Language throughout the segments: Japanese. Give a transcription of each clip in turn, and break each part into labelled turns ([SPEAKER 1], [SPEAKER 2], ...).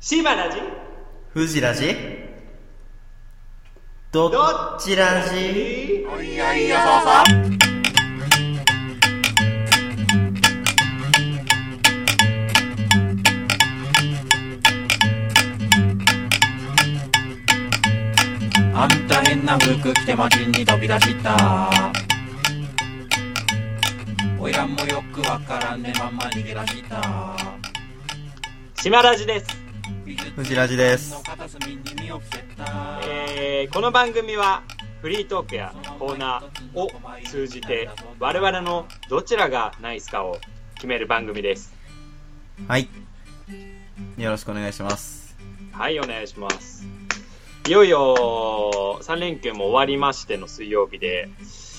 [SPEAKER 1] シバラジ
[SPEAKER 2] フジラジどっちラジ
[SPEAKER 3] あんた変な服着て街に飛び出した親もよくわからんねまんま逃げ出した
[SPEAKER 1] シマラジです、
[SPEAKER 2] フジラジです
[SPEAKER 3] 片隅に身を伏せた
[SPEAKER 1] えーこの番組はフリートークやコーナーを通じて我々のどちらがナイスかを決める番組です
[SPEAKER 2] はいよろしくお願いします
[SPEAKER 1] はいお願いしますいよいよ3連休も終わりましての水曜日で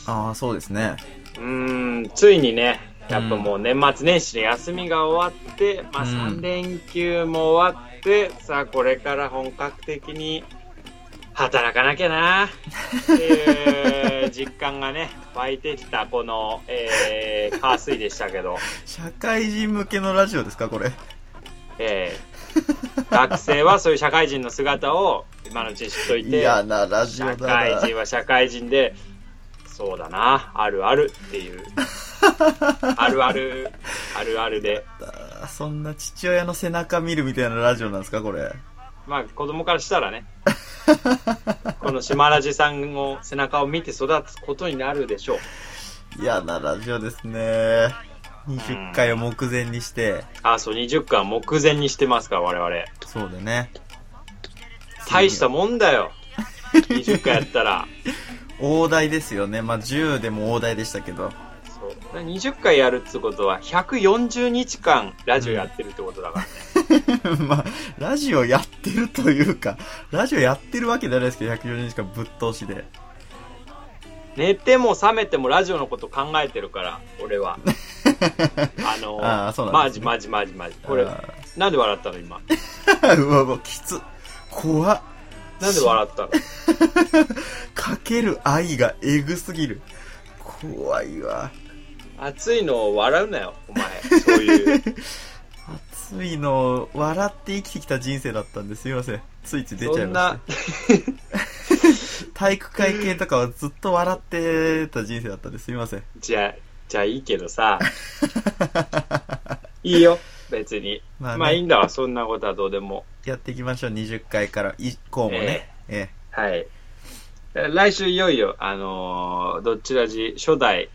[SPEAKER 2] ああそうですね
[SPEAKER 1] うーんついにねやっぱもう年末年始で休みが終わって、まあ、
[SPEAKER 2] うん
[SPEAKER 1] 3連休も終わって、さあこれから本格的に働かなきゃなっていう 実感がね湧いてきたこの、えー、カースイでしたけど、
[SPEAKER 2] 社会人向けのラジオですかこれ
[SPEAKER 1] えー学生はそういう社会人の姿を今のうちに知っといて
[SPEAKER 2] 嫌なラジオ
[SPEAKER 1] 社
[SPEAKER 2] だな
[SPEAKER 1] 会人は社会人でそうだなあるあるっていう あるあるあるあるで
[SPEAKER 2] あーそんな父親の背中見るみたいなラジオなんですかこれ
[SPEAKER 1] まあ子供からしたら ねこの島ラジさんの背中を見て育つことになるでしょう
[SPEAKER 2] 嫌なラジオですね20回を目前にして
[SPEAKER 1] あそう20巻目前にしてますから我々
[SPEAKER 2] そうだね
[SPEAKER 1] 大したもんだよ20回やったら
[SPEAKER 2] 大台ですよねまあ10でも大台でしたけど
[SPEAKER 1] そう20回やるってことは140日間ラジオやってるってことだから、
[SPEAKER 2] まあ、ラジオやってるというか、ラジオやってるわけじゃないですけど、140日間ぶっ通しで。
[SPEAKER 1] 寝ても覚めてもラジオのこと考えてるから俺 はあの
[SPEAKER 2] あーそうな
[SPEAKER 1] マ
[SPEAKER 2] んで
[SPEAKER 1] ジ
[SPEAKER 2] すね
[SPEAKER 1] マジマジマジこれ
[SPEAKER 2] あ
[SPEAKER 1] なんで笑ったの今
[SPEAKER 2] ー うわ、うわ、きつ。怖っ。
[SPEAKER 1] なんで笑 ったの
[SPEAKER 2] かける愛がエグすぎる。怖いわ。
[SPEAKER 1] 暑いのを笑うなよお前そういう
[SPEAKER 2] 暑いの、笑って生きてきた人生だったんですいません。ついつい 出ちゃ
[SPEAKER 1] そ
[SPEAKER 2] い
[SPEAKER 1] ん
[SPEAKER 2] ま
[SPEAKER 1] な
[SPEAKER 2] した。体育会系とかはずっと笑ってた人生だったんですいません。
[SPEAKER 1] じゃあじゃあいいけどさ いいよ別に
[SPEAKER 2] ま
[SPEAKER 1] ま
[SPEAKER 2] あ
[SPEAKER 1] あ、
[SPEAKER 2] ね
[SPEAKER 1] いいんだわそんなことはどうでも
[SPEAKER 2] やっていきましょう、20回から以降もね。ええ
[SPEAKER 1] はい来週いよいよあのーどっちらじ初代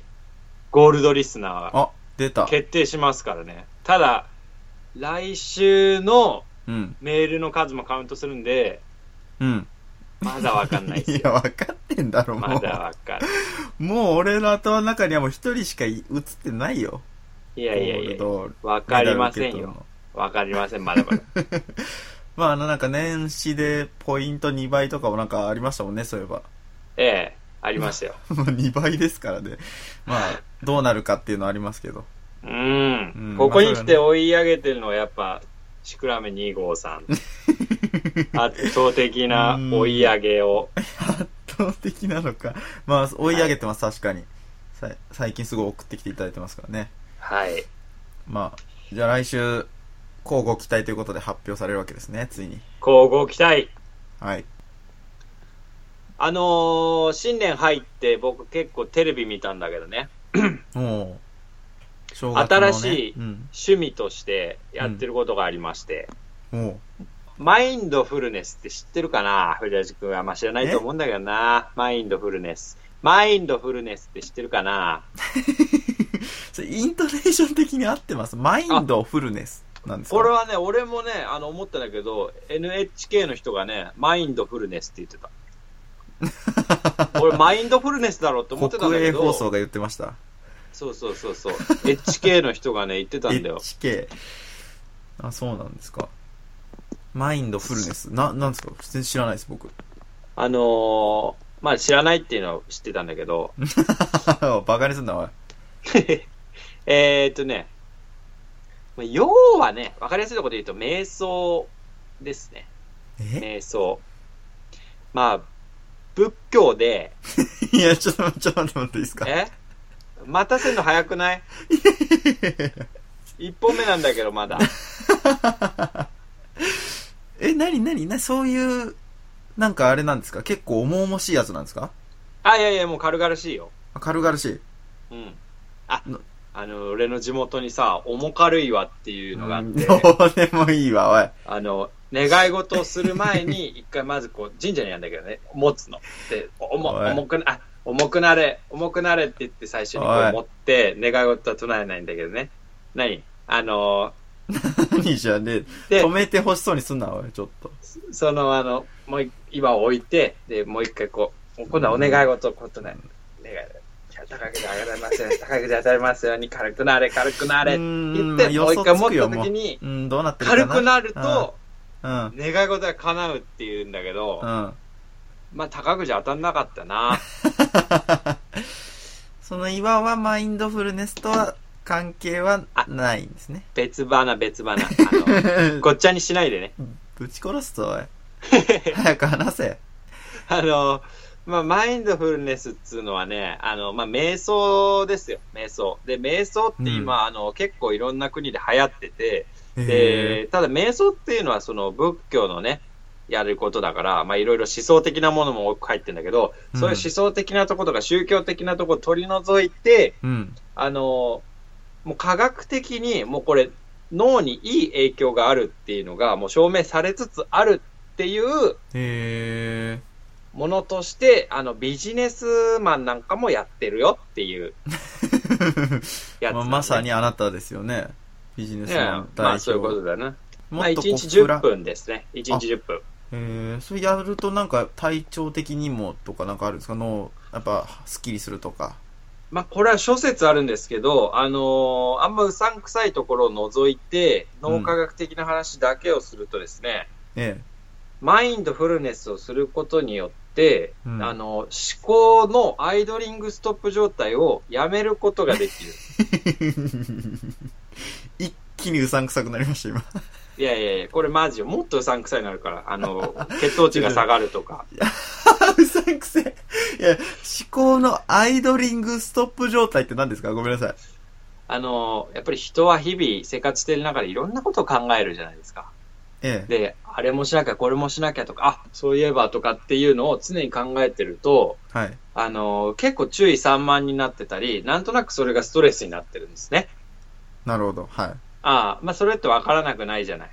[SPEAKER 1] ゴールドリスナーが
[SPEAKER 2] あ、出た。
[SPEAKER 1] 決定しますからねただ来週の
[SPEAKER 2] うん。
[SPEAKER 1] メールの数もカウントするんで
[SPEAKER 2] うん。
[SPEAKER 1] まだわかんないですよ
[SPEAKER 2] いや、分かってんだろ、もう。
[SPEAKER 1] まだわかんな
[SPEAKER 2] もう俺の頭の中にはもう一人しかい映ってないよ。
[SPEAKER 1] いいやいやいや
[SPEAKER 2] ゴールド
[SPEAKER 1] わかりません
[SPEAKER 2] メダル受け取るの
[SPEAKER 1] よ。わかりませんまだま だ
[SPEAKER 2] まあ、あの、なんか年始でポイント2倍とかもなんかありましたもんね、そういえば。
[SPEAKER 1] ええありましたよ
[SPEAKER 2] もう2倍ですからね。まあ、どうなるかっていうのはありますけど。
[SPEAKER 1] うん、
[SPEAKER 2] うん
[SPEAKER 1] ここに来て追い上げてるのはやっぱ、シクラメ2号さ ん。圧倒的な追い上げを。
[SPEAKER 2] 圧倒的なのか。まあ、追い上げてます、確かに。さ最近すごい送ってきていただいてますからね。
[SPEAKER 1] はい。
[SPEAKER 2] まあ、じゃあ来週、交互期待ということで発表されるわけですね、ついに。
[SPEAKER 1] 交互期待。
[SPEAKER 2] はい。
[SPEAKER 1] あのー新年入って僕結構テレビ見たんだけどね、
[SPEAKER 2] もう、正
[SPEAKER 1] 新しい
[SPEAKER 2] うん。
[SPEAKER 1] 趣味としてやってることがありまして、
[SPEAKER 2] もう、
[SPEAKER 1] マインドフルネスって知ってるかな藤田君は。まあ、知らないと思うんだけどな。マインドフルネス。マインドフルネスって知ってるかな
[SPEAKER 2] それイントネーション的に合ってます。マインドフルネスなんですか
[SPEAKER 1] これはね、俺もね、あの、思ったんだけど、NHK の人がね、マインドフルネスって言ってた。俺、マインドフルネスだろうって思ってたん
[SPEAKER 2] 国
[SPEAKER 1] だけ
[SPEAKER 2] 営
[SPEAKER 1] ど、
[SPEAKER 2] 放送が言ってました。
[SPEAKER 1] そうそうそうそう、HK の人がね、言ってたんだよ。
[SPEAKER 2] HK。あ、そうなんですか。マインドフルネス。な、なんですか全然知らないです、僕。
[SPEAKER 1] あのーまあ、知らないっていうのは知ってたんだけど、
[SPEAKER 2] バカにすんな、おい。
[SPEAKER 1] えーっとね、まあ要はね、わかりやすいところで言うと、瞑想ですね。
[SPEAKER 2] え
[SPEAKER 1] 瞑想。まあ、仏教 で、
[SPEAKER 2] いや、ちょっと待って、ちょっと待って、待っていいですか
[SPEAKER 1] え待たせるの早く ない一本目なんだけどまだ
[SPEAKER 2] なになになにそういう、なんかあれなんですか結構重々しいやつなんですか
[SPEAKER 1] あ、いやいや、もう軽々しいよ。
[SPEAKER 2] あ軽々しい。
[SPEAKER 1] うん。あ
[SPEAKER 2] な、
[SPEAKER 1] あの、俺の地元にさ、重軽いわっていうのがあって、
[SPEAKER 2] どうでもいいわ、
[SPEAKER 1] あの、願い事をする前 に、一回まずこう、神社にやるんだけどね、持つの。で、お重
[SPEAKER 2] おい
[SPEAKER 1] 重くな、あ、重くなれ、重くなれって言って最初にこ
[SPEAKER 2] おいう
[SPEAKER 1] 持って、願い事は唱えないんだけどね。何あの、
[SPEAKER 2] おい。何じゃねえ。
[SPEAKER 1] で
[SPEAKER 2] 止めて欲しそうにすんな、おい、ちょっと。
[SPEAKER 1] その、あの、もうい、今置いて、で、もう一回こう、今度はお願い事をこうとね、願い、高くで上がりますように、 高くで当たりますように、軽くなれ、軽くなれって言って、
[SPEAKER 2] うーん予
[SPEAKER 1] もう一
[SPEAKER 2] 想
[SPEAKER 1] 回
[SPEAKER 2] つ
[SPEAKER 1] 持っ
[SPEAKER 2] くよ
[SPEAKER 1] た時に、
[SPEAKER 2] もううん、どうなってるかな。
[SPEAKER 1] 軽くなると、
[SPEAKER 2] うん。
[SPEAKER 1] 願い事が叶うっていうんだけど、
[SPEAKER 2] うん。
[SPEAKER 1] まあ、高くじゃ当たんなかったな。
[SPEAKER 2] その岩はマインドフルネスとは関係はないんですね。
[SPEAKER 1] 別花、別花。あの、 ごっちゃにしないでね。
[SPEAKER 2] ぶち殺すぞ、おい。早く 話せ。
[SPEAKER 1] あの、まあ、マインドフルネスっつうのはね、あの、まあ、瞑想ですよ、瞑想。で、瞑想って今、あの、結構いろんな国で流行ってて、
[SPEAKER 2] え
[SPEAKER 1] で、ただ瞑想っていうのはその仏教のね、やることだから、まあいろいろ思想的なものも多く入ってるんだけど、
[SPEAKER 2] うん
[SPEAKER 1] そういう思想的なとことか宗教的なとこを取り除いて、
[SPEAKER 2] うん。
[SPEAKER 1] あの、もう科学的にもうこれ脳にいい影響があるっていうのがもう証明されつつあるっていう
[SPEAKER 2] へえ。
[SPEAKER 1] ものとして、あのビジネスマンなんかもやってるよっていうやつ、
[SPEAKER 2] まあ、まさに。あなたですよね。ビジネス
[SPEAKER 1] ね
[SPEAKER 2] マン代表。
[SPEAKER 1] まあそういうことだな。
[SPEAKER 2] も
[SPEAKER 1] まあ
[SPEAKER 2] っ
[SPEAKER 1] 1
[SPEAKER 2] とこう
[SPEAKER 1] 日10。分ですね。1日10分。
[SPEAKER 2] えー、それやるとなんか体調的にもとかなんかあるんですか脳、やっぱ、スッキリするとか。
[SPEAKER 1] まあ、これは諸説あるんですけど、あのーあんまうさんくさいところを除いて、脳科学的な話だけをするとですね、
[SPEAKER 2] え
[SPEAKER 1] マインドフルネスをすることによって、
[SPEAKER 2] うん
[SPEAKER 1] あの、思考のアイドリングストップ状態をやめることができ る。
[SPEAKER 2] え。 一気にうさんくさくなりました、 今。
[SPEAKER 1] いやいやいや、これマジよ。もっとうさんくさいになるから、あ の、血糖値が下がるとか。
[SPEAKER 2] うさんくせえ。いや、思考のアイドリングストップ状態って何ですかごめんなさい。
[SPEAKER 1] あのーやっぱり人は日々生活してる中でいろんなことを考えるじゃないですか。
[SPEAKER 2] ええ。
[SPEAKER 1] で、あれもしなきゃ、これもしなきゃとか、あ、そういえばとかっていうのを常に考えてると、
[SPEAKER 2] はい。
[SPEAKER 1] あの、結構注意散漫になってたり、なんとなくそれがストレスになってるんですね。
[SPEAKER 2] なるほど。はい。
[SPEAKER 1] ああ、まあそれってわからなくないじゃない。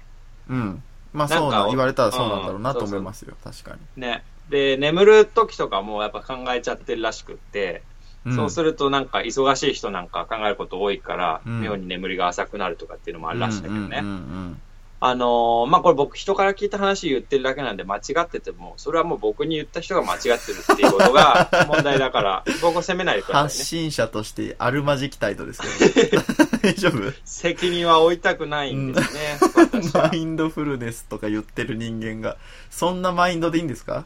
[SPEAKER 2] うん。ま
[SPEAKER 1] な
[SPEAKER 2] あ
[SPEAKER 1] んか
[SPEAKER 2] そうな、言われたらそうなんだろうな
[SPEAKER 1] うん
[SPEAKER 2] と思いますよ。確かに。
[SPEAKER 1] ね。で、眠る時とかもやっぱ考えちゃってるらしくって、
[SPEAKER 2] ん
[SPEAKER 1] そうするとなんか忙しい人なんか考えること多いから、
[SPEAKER 2] うん
[SPEAKER 1] 妙に眠りが浅くなるとかっていうのもあるらしいんだけどね。
[SPEAKER 2] うんうんうん
[SPEAKER 1] あのーまあこれ僕人から聞いた話言ってるだけなんで間違ってても、それはもう僕に言った人が間違ってるっていうこと が問題だから、僕を責めないでくだ
[SPEAKER 2] 発
[SPEAKER 1] さいね。
[SPEAKER 2] 信者としてあるまじき態度ですけ ど。大丈夫
[SPEAKER 1] 責任は負いたくないんですね、私は
[SPEAKER 2] マ。インドフルネスとか言ってる人間が、そんなマインドでいいんですか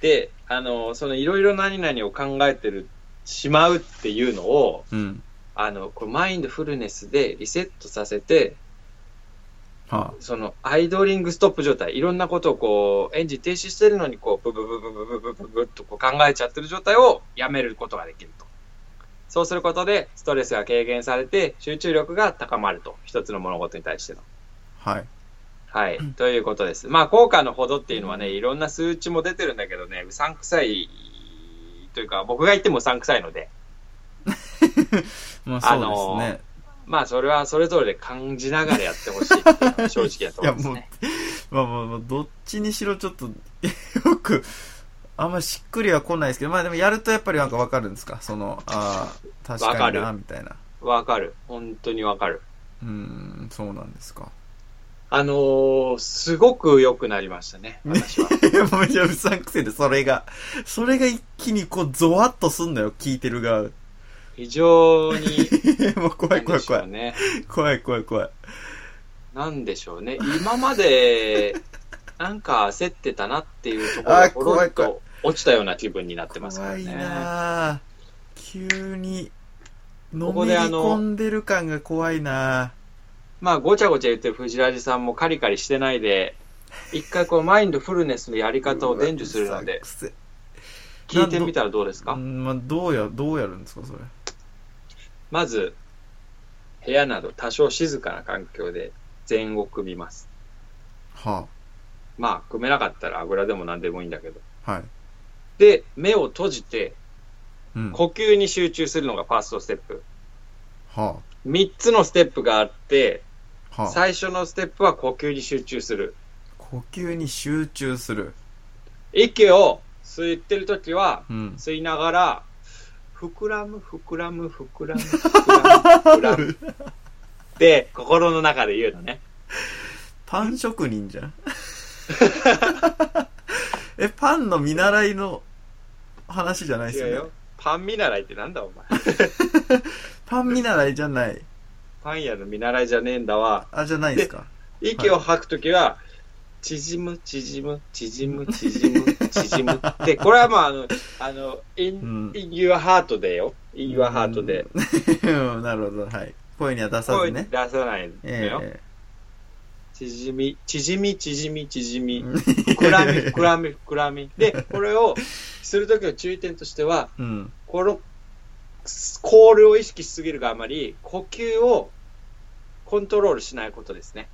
[SPEAKER 1] で、あの、そのいろいろ何々を考えてる、しまうっていうのを、
[SPEAKER 2] うん。
[SPEAKER 1] あの、こうマインドフルネスでリセットさせて、
[SPEAKER 2] は
[SPEAKER 1] そのアイドリングストップ状態、いろんなことをこう、エンジン停止してるのに、こう、ブブブブブブブブブっとこう考えちゃってる状態をやめることができると。そうすることで、ストレスが軽減されて、集中力が高まると。一つの物事に対しての。
[SPEAKER 2] あ。はい。
[SPEAKER 1] はい。ということです。まあ、効果のほどっていうのはね、いろんな数値も出てるんだけどね、うさんくさいというか、僕が言ってもうさんくさいので、
[SPEAKER 2] まあ
[SPEAKER 1] あ
[SPEAKER 2] そう
[SPEAKER 1] の
[SPEAKER 2] ですね。
[SPEAKER 1] まあ、それはそれぞれで感じながらやってほしいっていうのが正直だと思
[SPEAKER 2] いや
[SPEAKER 1] うんです
[SPEAKER 2] もう
[SPEAKER 1] ね。、
[SPEAKER 2] まあまあまあ、どっちにしろちょっと、 よく、あんましっくりは来ないですけど、まあでもやるとやっぱりなんかわかるんですかその、ああ、確かに
[SPEAKER 1] わか
[SPEAKER 2] な、
[SPEAKER 1] る
[SPEAKER 2] みたいな。
[SPEAKER 1] わかる。本当にわかる。
[SPEAKER 2] うーん、そうなんですか。
[SPEAKER 1] あのー、すごく良くなりましたね、私は。
[SPEAKER 2] いや、もうじゃあうさんくせえで、それが、それが一気にこう、ゾワッとすんのよ、聞いてる側。
[SPEAKER 1] 非常に、
[SPEAKER 2] もう 怖い怖い怖
[SPEAKER 1] なんでしょう
[SPEAKER 2] い。
[SPEAKER 1] ね。
[SPEAKER 2] 怖い怖い怖い。
[SPEAKER 1] なんでしょうね。今まで、なんか焦ってたなっていうところ
[SPEAKER 2] あ
[SPEAKER 1] が
[SPEAKER 2] ー
[SPEAKER 1] ポロ
[SPEAKER 2] 怖
[SPEAKER 1] ッ
[SPEAKER 2] い怖い
[SPEAKER 1] と落ちたような気分になってますから
[SPEAKER 2] 怖
[SPEAKER 1] ね。
[SPEAKER 2] いなあ急に、の
[SPEAKER 1] ここ
[SPEAKER 2] めり
[SPEAKER 1] であの
[SPEAKER 2] 込んでる感が怖いな
[SPEAKER 1] まあ、ごちゃごちゃ言ってる藤ラジさんもカリカリしてないで、一回こう、マインドフルネスのやり方を伝授するので
[SPEAKER 2] う、さんくせえ
[SPEAKER 1] 聞いてみたらどうですか
[SPEAKER 2] うんまあ、どうや、どうやるんですか、それ。
[SPEAKER 1] まず、部屋など多少静かな環境で禅を組みます。
[SPEAKER 2] は
[SPEAKER 1] まあ、組めなかったら油でも何でもいいんだけど。
[SPEAKER 2] はい。
[SPEAKER 1] で、目を閉じて、
[SPEAKER 2] うん。は
[SPEAKER 1] 呼吸に集中するのがファーストステップ。
[SPEAKER 2] あ。
[SPEAKER 1] 3つのステップがあって、
[SPEAKER 2] はあ。
[SPEAKER 1] 最初のステップは呼吸に集中する。
[SPEAKER 2] 呼吸に集中する。
[SPEAKER 1] 息を吸ってるときは、
[SPEAKER 2] うん。
[SPEAKER 1] 吸いながら、膨らむ、膨らむ、膨らむ、膨らむ、膨ら む。って、心の中で言うのね。
[SPEAKER 2] パン職人じゃん。え、パンの見習いの話じゃないです
[SPEAKER 1] 違う
[SPEAKER 2] よ
[SPEAKER 1] よ
[SPEAKER 2] ね。。
[SPEAKER 1] パン見習いってなんだお前。
[SPEAKER 2] パン見習いじゃない。
[SPEAKER 1] パン屋の見習いじゃねえんだわ。
[SPEAKER 2] あ、じゃないですか。
[SPEAKER 1] 息を吐くときは、縮む、縮む、縮む、縮む、縮むって、これはまあ、あの、あの、
[SPEAKER 2] う
[SPEAKER 1] in,
[SPEAKER 2] ん。
[SPEAKER 1] in your heart でよ。in your heart で。
[SPEAKER 2] うん。なるほど。はい。声には出さ
[SPEAKER 1] 声
[SPEAKER 2] ず
[SPEAKER 1] に
[SPEAKER 2] ね。
[SPEAKER 1] 出さないの
[SPEAKER 2] え
[SPEAKER 1] よ。
[SPEAKER 2] え
[SPEAKER 1] 縮み、縮み、縮み、縮み。
[SPEAKER 2] 膨
[SPEAKER 1] 膨らみ、 膨らみ、膨らみ。で、これをするときの注意点としては、
[SPEAKER 2] うん。
[SPEAKER 1] この、コールを意識しすぎるがあまり、呼吸をコントロールしないことですね。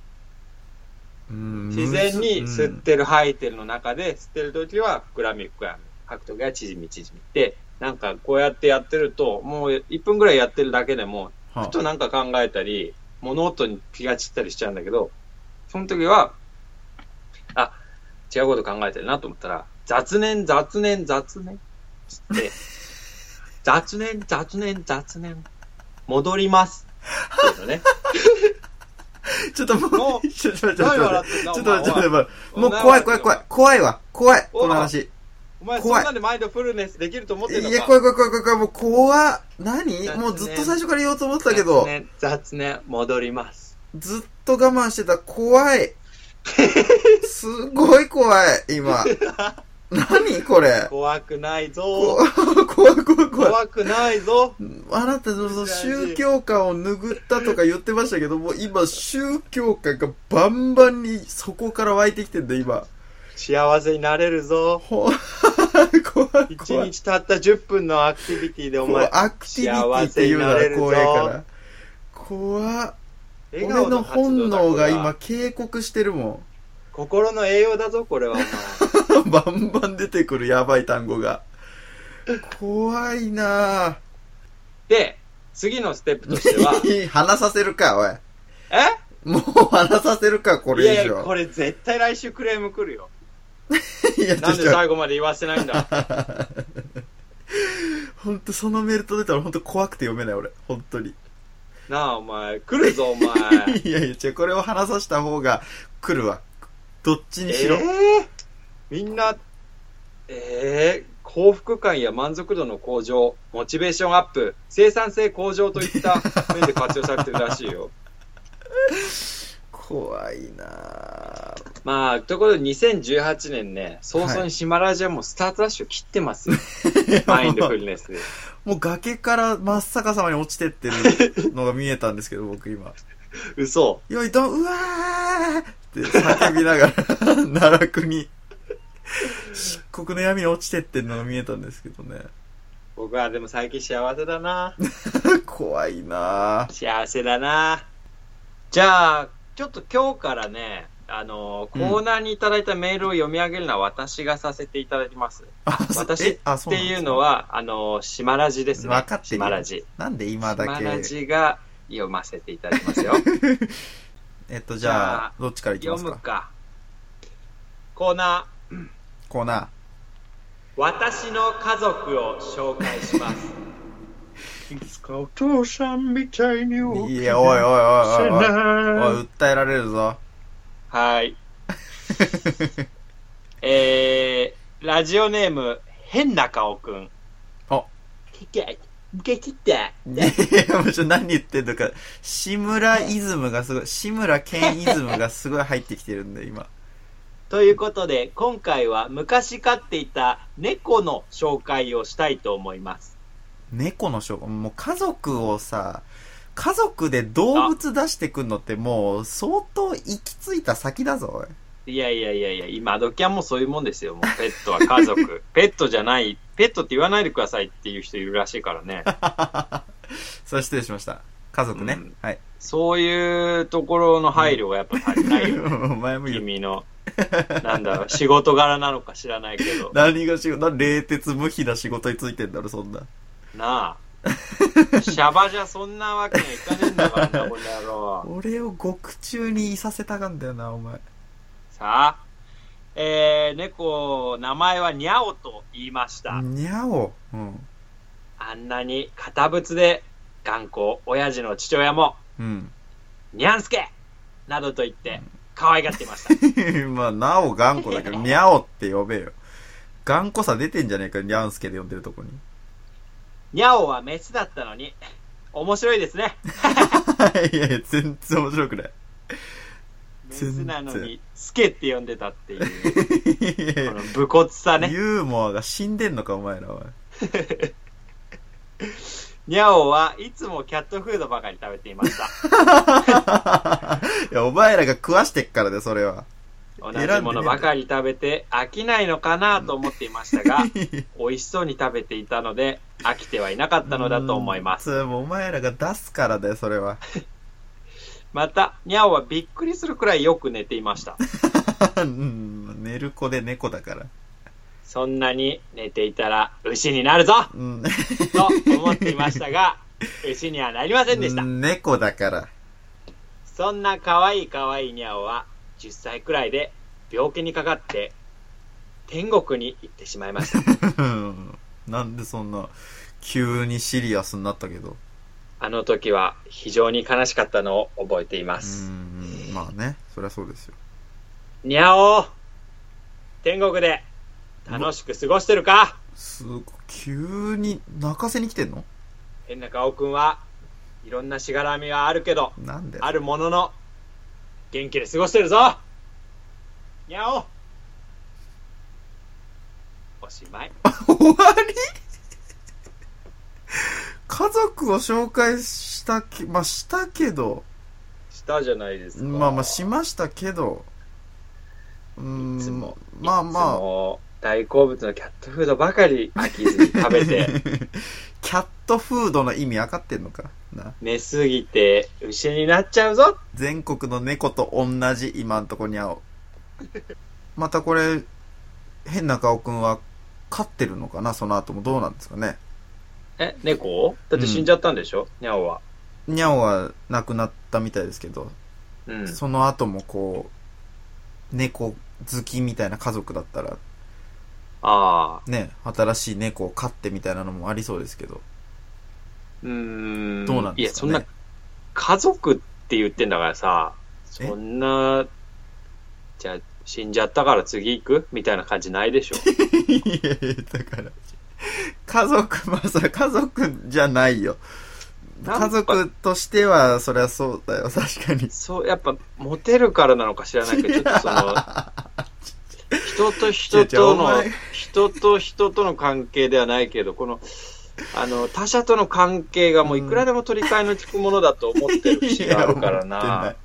[SPEAKER 2] うん
[SPEAKER 1] 自然に吸っ、てる、吐いてるの中で、吸ってるときは膨らみ、膨らみ。吐くときは縮み、縮み。で、なんかこうやってやってると、もう1分ぐらいやってるだけでも、
[SPEAKER 2] うんは
[SPEAKER 1] ふとなんか考えたり、物音に気が散ったりしちゃうんだけど、その時は、あ、違うこと考えてるなと思ったら、雑念、雑念、雑念、つって、 雑念、雑念、雑念、戻ります。っていうのね。
[SPEAKER 2] ちょっとも
[SPEAKER 1] も
[SPEAKER 2] う、 ちょっと待って
[SPEAKER 1] 何
[SPEAKER 2] 待
[SPEAKER 1] 笑
[SPEAKER 2] っ。
[SPEAKER 1] っててんだ
[SPEAKER 2] ちょっ
[SPEAKER 1] お
[SPEAKER 2] と
[SPEAKER 1] 前
[SPEAKER 2] 待って、ちょっと
[SPEAKER 1] お前
[SPEAKER 2] 待って。もう怖い怖い怖い。怖いわ。怖い。この話。
[SPEAKER 1] お前、
[SPEAKER 2] 怖
[SPEAKER 1] そ
[SPEAKER 2] い
[SPEAKER 1] んなんでマインドフルネスできると思っ
[SPEAKER 2] い
[SPEAKER 1] てんのか
[SPEAKER 2] や、怖い怖い怖い怖い怖い。もう怖っ。何
[SPEAKER 1] 雑念
[SPEAKER 2] もうずっと最初から言おうと思ってたけど
[SPEAKER 1] 雑、念、雑念、戻ります。
[SPEAKER 2] ずっと我慢してた。怖い。すごい怖い、 今。何これ。
[SPEAKER 1] 怖くないぞ。
[SPEAKER 2] 怖い怖い怖い怖い。
[SPEAKER 1] 怖くないぞ。
[SPEAKER 2] あなた、その宗教観を拭ったとか言ってましたけども、今、宗教観がバンバンにそこから湧いてきてんだ、今。
[SPEAKER 1] 幸せになれるぞ。
[SPEAKER 2] ほ怖い
[SPEAKER 1] 一
[SPEAKER 2] 怖い。
[SPEAKER 1] 日たった10分のアクティビティでお前、
[SPEAKER 2] アクティビティっていうなら怖いから。怖っ。
[SPEAKER 1] 笑
[SPEAKER 2] 俺
[SPEAKER 1] 顔
[SPEAKER 2] の
[SPEAKER 1] 活動
[SPEAKER 2] 本
[SPEAKER 1] だこれ
[SPEAKER 2] 能
[SPEAKER 1] は
[SPEAKER 2] が今警告してるも
[SPEAKER 1] 心の栄養だぞ、これ はお前。
[SPEAKER 2] ん。バンバン出てくるやばい単語が。怖いな
[SPEAKER 1] で、次のステップとして は、
[SPEAKER 2] ぁ。話させるか、おい。
[SPEAKER 1] え
[SPEAKER 2] もう話させるか、こ
[SPEAKER 1] いや
[SPEAKER 2] れ以
[SPEAKER 1] いや、こ
[SPEAKER 2] 上。
[SPEAKER 1] れ絶対来週クレーム来るよ。
[SPEAKER 2] いや、
[SPEAKER 1] なんで
[SPEAKER 2] ちょっ
[SPEAKER 1] 最後まで言わせないん だ。
[SPEAKER 2] とほんとそのメール届いたらほんと怖くて読めない、俺。ほんとに。
[SPEAKER 1] なあ、お前、来るぞ、お前。
[SPEAKER 2] いやいや、違う、これを話させた方が来るわ。どっち
[SPEAKER 1] え
[SPEAKER 2] にしろ。
[SPEAKER 1] ーみんな、えー幸福感や満足度の向上、モチベーションアップ、生産性向上とい った面で活用されてるらしいよ。
[SPEAKER 2] 怖いなぁ。
[SPEAKER 1] まあ、ところで2018年ね、早々に島ラジオもスタートダッシュ切ってますよ。マインドフルネス で。
[SPEAKER 2] もう崖から真っ逆さまに落ちてってるのが見えたんですけど、僕今。
[SPEAKER 1] 嘘。
[SPEAKER 2] よいと、うわーって叫びながら、奈落に、漆黒の闇に落ちてってるのが見えたんですけどね。
[SPEAKER 1] 僕はでも最近幸せだな。
[SPEAKER 2] 怖いなぁ。
[SPEAKER 1] 幸せだな。じゃあ、ちょっと今日からね、あの、コ
[SPEAKER 2] うん
[SPEAKER 1] ーナーにいただいたメールを読み上げるのは私がさせていただきます。
[SPEAKER 2] あそ
[SPEAKER 1] 私
[SPEAKER 2] えあ
[SPEAKER 1] っ
[SPEAKER 2] そうな
[SPEAKER 1] て
[SPEAKER 2] んで
[SPEAKER 1] い
[SPEAKER 2] すか
[SPEAKER 1] うのは、あの、島ラジですね。
[SPEAKER 2] 分かってるよ
[SPEAKER 1] 島ラジ。
[SPEAKER 2] なんで今だ
[SPEAKER 1] 島ラ
[SPEAKER 2] け。
[SPEAKER 1] ジが読ませていただきます よ。
[SPEAKER 2] えっと、じゃ
[SPEAKER 1] じゃ
[SPEAKER 2] あ、どっちからいきま
[SPEAKER 1] 読
[SPEAKER 2] す
[SPEAKER 1] む
[SPEAKER 2] か。
[SPEAKER 1] か。コーナー。
[SPEAKER 2] コーナ
[SPEAKER 1] 私の家族を紹介し ます。いつかお父さんみたいに
[SPEAKER 2] ー。いや、おいおいおいおいおい。おい、訴えられるぞ。
[SPEAKER 1] はい。えー、ラジオネーム、変な顔くん。
[SPEAKER 2] あ
[SPEAKER 1] 聞け、受け切って。
[SPEAKER 2] いやいや、もうちょっと何言ってんのか。志村イズムがすごい、志村けんイズムがすごい入ってきてるんで、今。
[SPEAKER 1] ということで、今回は昔飼っていた猫の紹介をしたいと思います。
[SPEAKER 2] 猫の証拠、もう家族をさ、家族で動物出してくんのってもう相当行き着いた先だぞ、おい。
[SPEAKER 1] いやいやいやいや、今時はもうそういうもんですよ。もうペットは家族。 ペットじゃない、ペットって言わないでくださいっていう人いるらしいからね。
[SPEAKER 2] そう、失礼しました。家族ね。
[SPEAKER 1] うん
[SPEAKER 2] はい。
[SPEAKER 1] そういうところの配慮がやっぱ足りないよね。
[SPEAKER 2] お前も言う。
[SPEAKER 1] 君のなんだろう、仕事柄なのか知ら ないけど、
[SPEAKER 2] 何が仕事、な冷徹無比な仕事についてんだろ、そんな。
[SPEAKER 1] なあ。シャバじゃそんなわけにはいかねえんだからな、この野郎。
[SPEAKER 2] 俺を獄中にいさせたがんだよな、お前。
[SPEAKER 1] さあ、えー、猫、名前はニャオと言いました。
[SPEAKER 2] にゃお。うん。
[SPEAKER 1] あんなに堅物で頑固、親父の父親も、
[SPEAKER 2] うん。
[SPEAKER 1] ニャンスケなどと言って、可愛がっていました。
[SPEAKER 2] まあ、なお頑固 だけど、にゃおって呼べよ。頑固さ出てんじゃねえか、にゃんすけで呼んでるとこに。
[SPEAKER 1] ニャオはメスだったのに、面白いですね。
[SPEAKER 2] いやいや、全然面白くない。
[SPEAKER 1] メ
[SPEAKER 2] 全
[SPEAKER 1] ス
[SPEAKER 2] 然
[SPEAKER 1] なのに、スケって呼んでたってい う、
[SPEAKER 2] いやい
[SPEAKER 1] こ
[SPEAKER 2] や
[SPEAKER 1] の武骨さね。
[SPEAKER 2] ユーモアが死んでんのか、お前らは。
[SPEAKER 1] ニャオはいつもキャットフードばかり食べていました。
[SPEAKER 2] いや、お前らが食わしてっからね、それは。
[SPEAKER 1] 同じものばかり食べて飽きないのかなと思っていましたが、美味しそうに食べていたので、飽きてはいなかったのだと思います。
[SPEAKER 2] うんそれもうお前らが出すからだよ、それは。
[SPEAKER 1] また、ニャオはびっくりするくらいよく寝ていました。
[SPEAKER 2] うん寝る子で猫だから。
[SPEAKER 1] そんなに寝ていたら牛になるぞ
[SPEAKER 2] うん。
[SPEAKER 1] と思っていましたが、牛にはなりませんでした。
[SPEAKER 2] 猫だから。
[SPEAKER 1] そんな可愛い可愛いニャオは、10歳くらいで病気にかかって、天国に行ってしまいました。
[SPEAKER 2] うんなんでそんな、急にシリアスになったけど。
[SPEAKER 1] あの時は非常に悲しかったのを覚えていま
[SPEAKER 2] う
[SPEAKER 1] す。
[SPEAKER 2] ん、まあね、そりゃそうですよ。
[SPEAKER 1] にゃお天国で楽しく過ごしてるか
[SPEAKER 2] すごい、急に泣かせに来てんの
[SPEAKER 1] 変な顔くんはいろんなしがらみはあるけど、
[SPEAKER 2] なんで
[SPEAKER 1] あるものの元気で過ごしてるぞにゃおおしまい。
[SPEAKER 2] 終わり家族を紹介したけ、まあしたけど、
[SPEAKER 1] したじゃないですか。
[SPEAKER 2] まあまあしましたけど、うーん、
[SPEAKER 1] いつも
[SPEAKER 2] まあ
[SPEAKER 1] いつ
[SPEAKER 2] まあ、
[SPEAKER 1] も大好物のキャットフードばかり飽きずに食べて、
[SPEAKER 2] キャットフードの意味分かってんのかな
[SPEAKER 1] 寝すぎて牛になっちゃうぞ
[SPEAKER 2] 全国の猫と同じ今んとこに会おう。またこれ、変な顔くんは飼ってるのかなその後もどうなんですかね
[SPEAKER 1] え、猫だって死んじゃったんでしょ、にゃおは。
[SPEAKER 2] にゃおは亡くなったみたいですけど、
[SPEAKER 1] うん。
[SPEAKER 2] その後もこう、猫好きみたいな家族だったら、
[SPEAKER 1] ああ。
[SPEAKER 2] ね、新しい猫を飼ってみたいなのもありそうですけど。
[SPEAKER 1] うーん。
[SPEAKER 2] どうなんですかね
[SPEAKER 1] いや、そんな、家族って言ってんだからさ、
[SPEAKER 2] え
[SPEAKER 1] そんな、じゃあ、死んじゃったから次行くみたいな感じないでしょ。
[SPEAKER 2] いやいや、だから、家族、まあそれ家族じゃないよ。
[SPEAKER 1] なんか
[SPEAKER 2] 家族としては、そりゃそうだよ、確かに。
[SPEAKER 1] そう、やっぱ、モテるからなのか知らないけど、ちょっとそ の、人と人と
[SPEAKER 2] 違う違うお
[SPEAKER 1] の
[SPEAKER 2] 前、
[SPEAKER 1] 人と人との関係ではないけど、この、あの、他者との関係がもういくらでも取り替えのつくものだと思ってる節があるからな。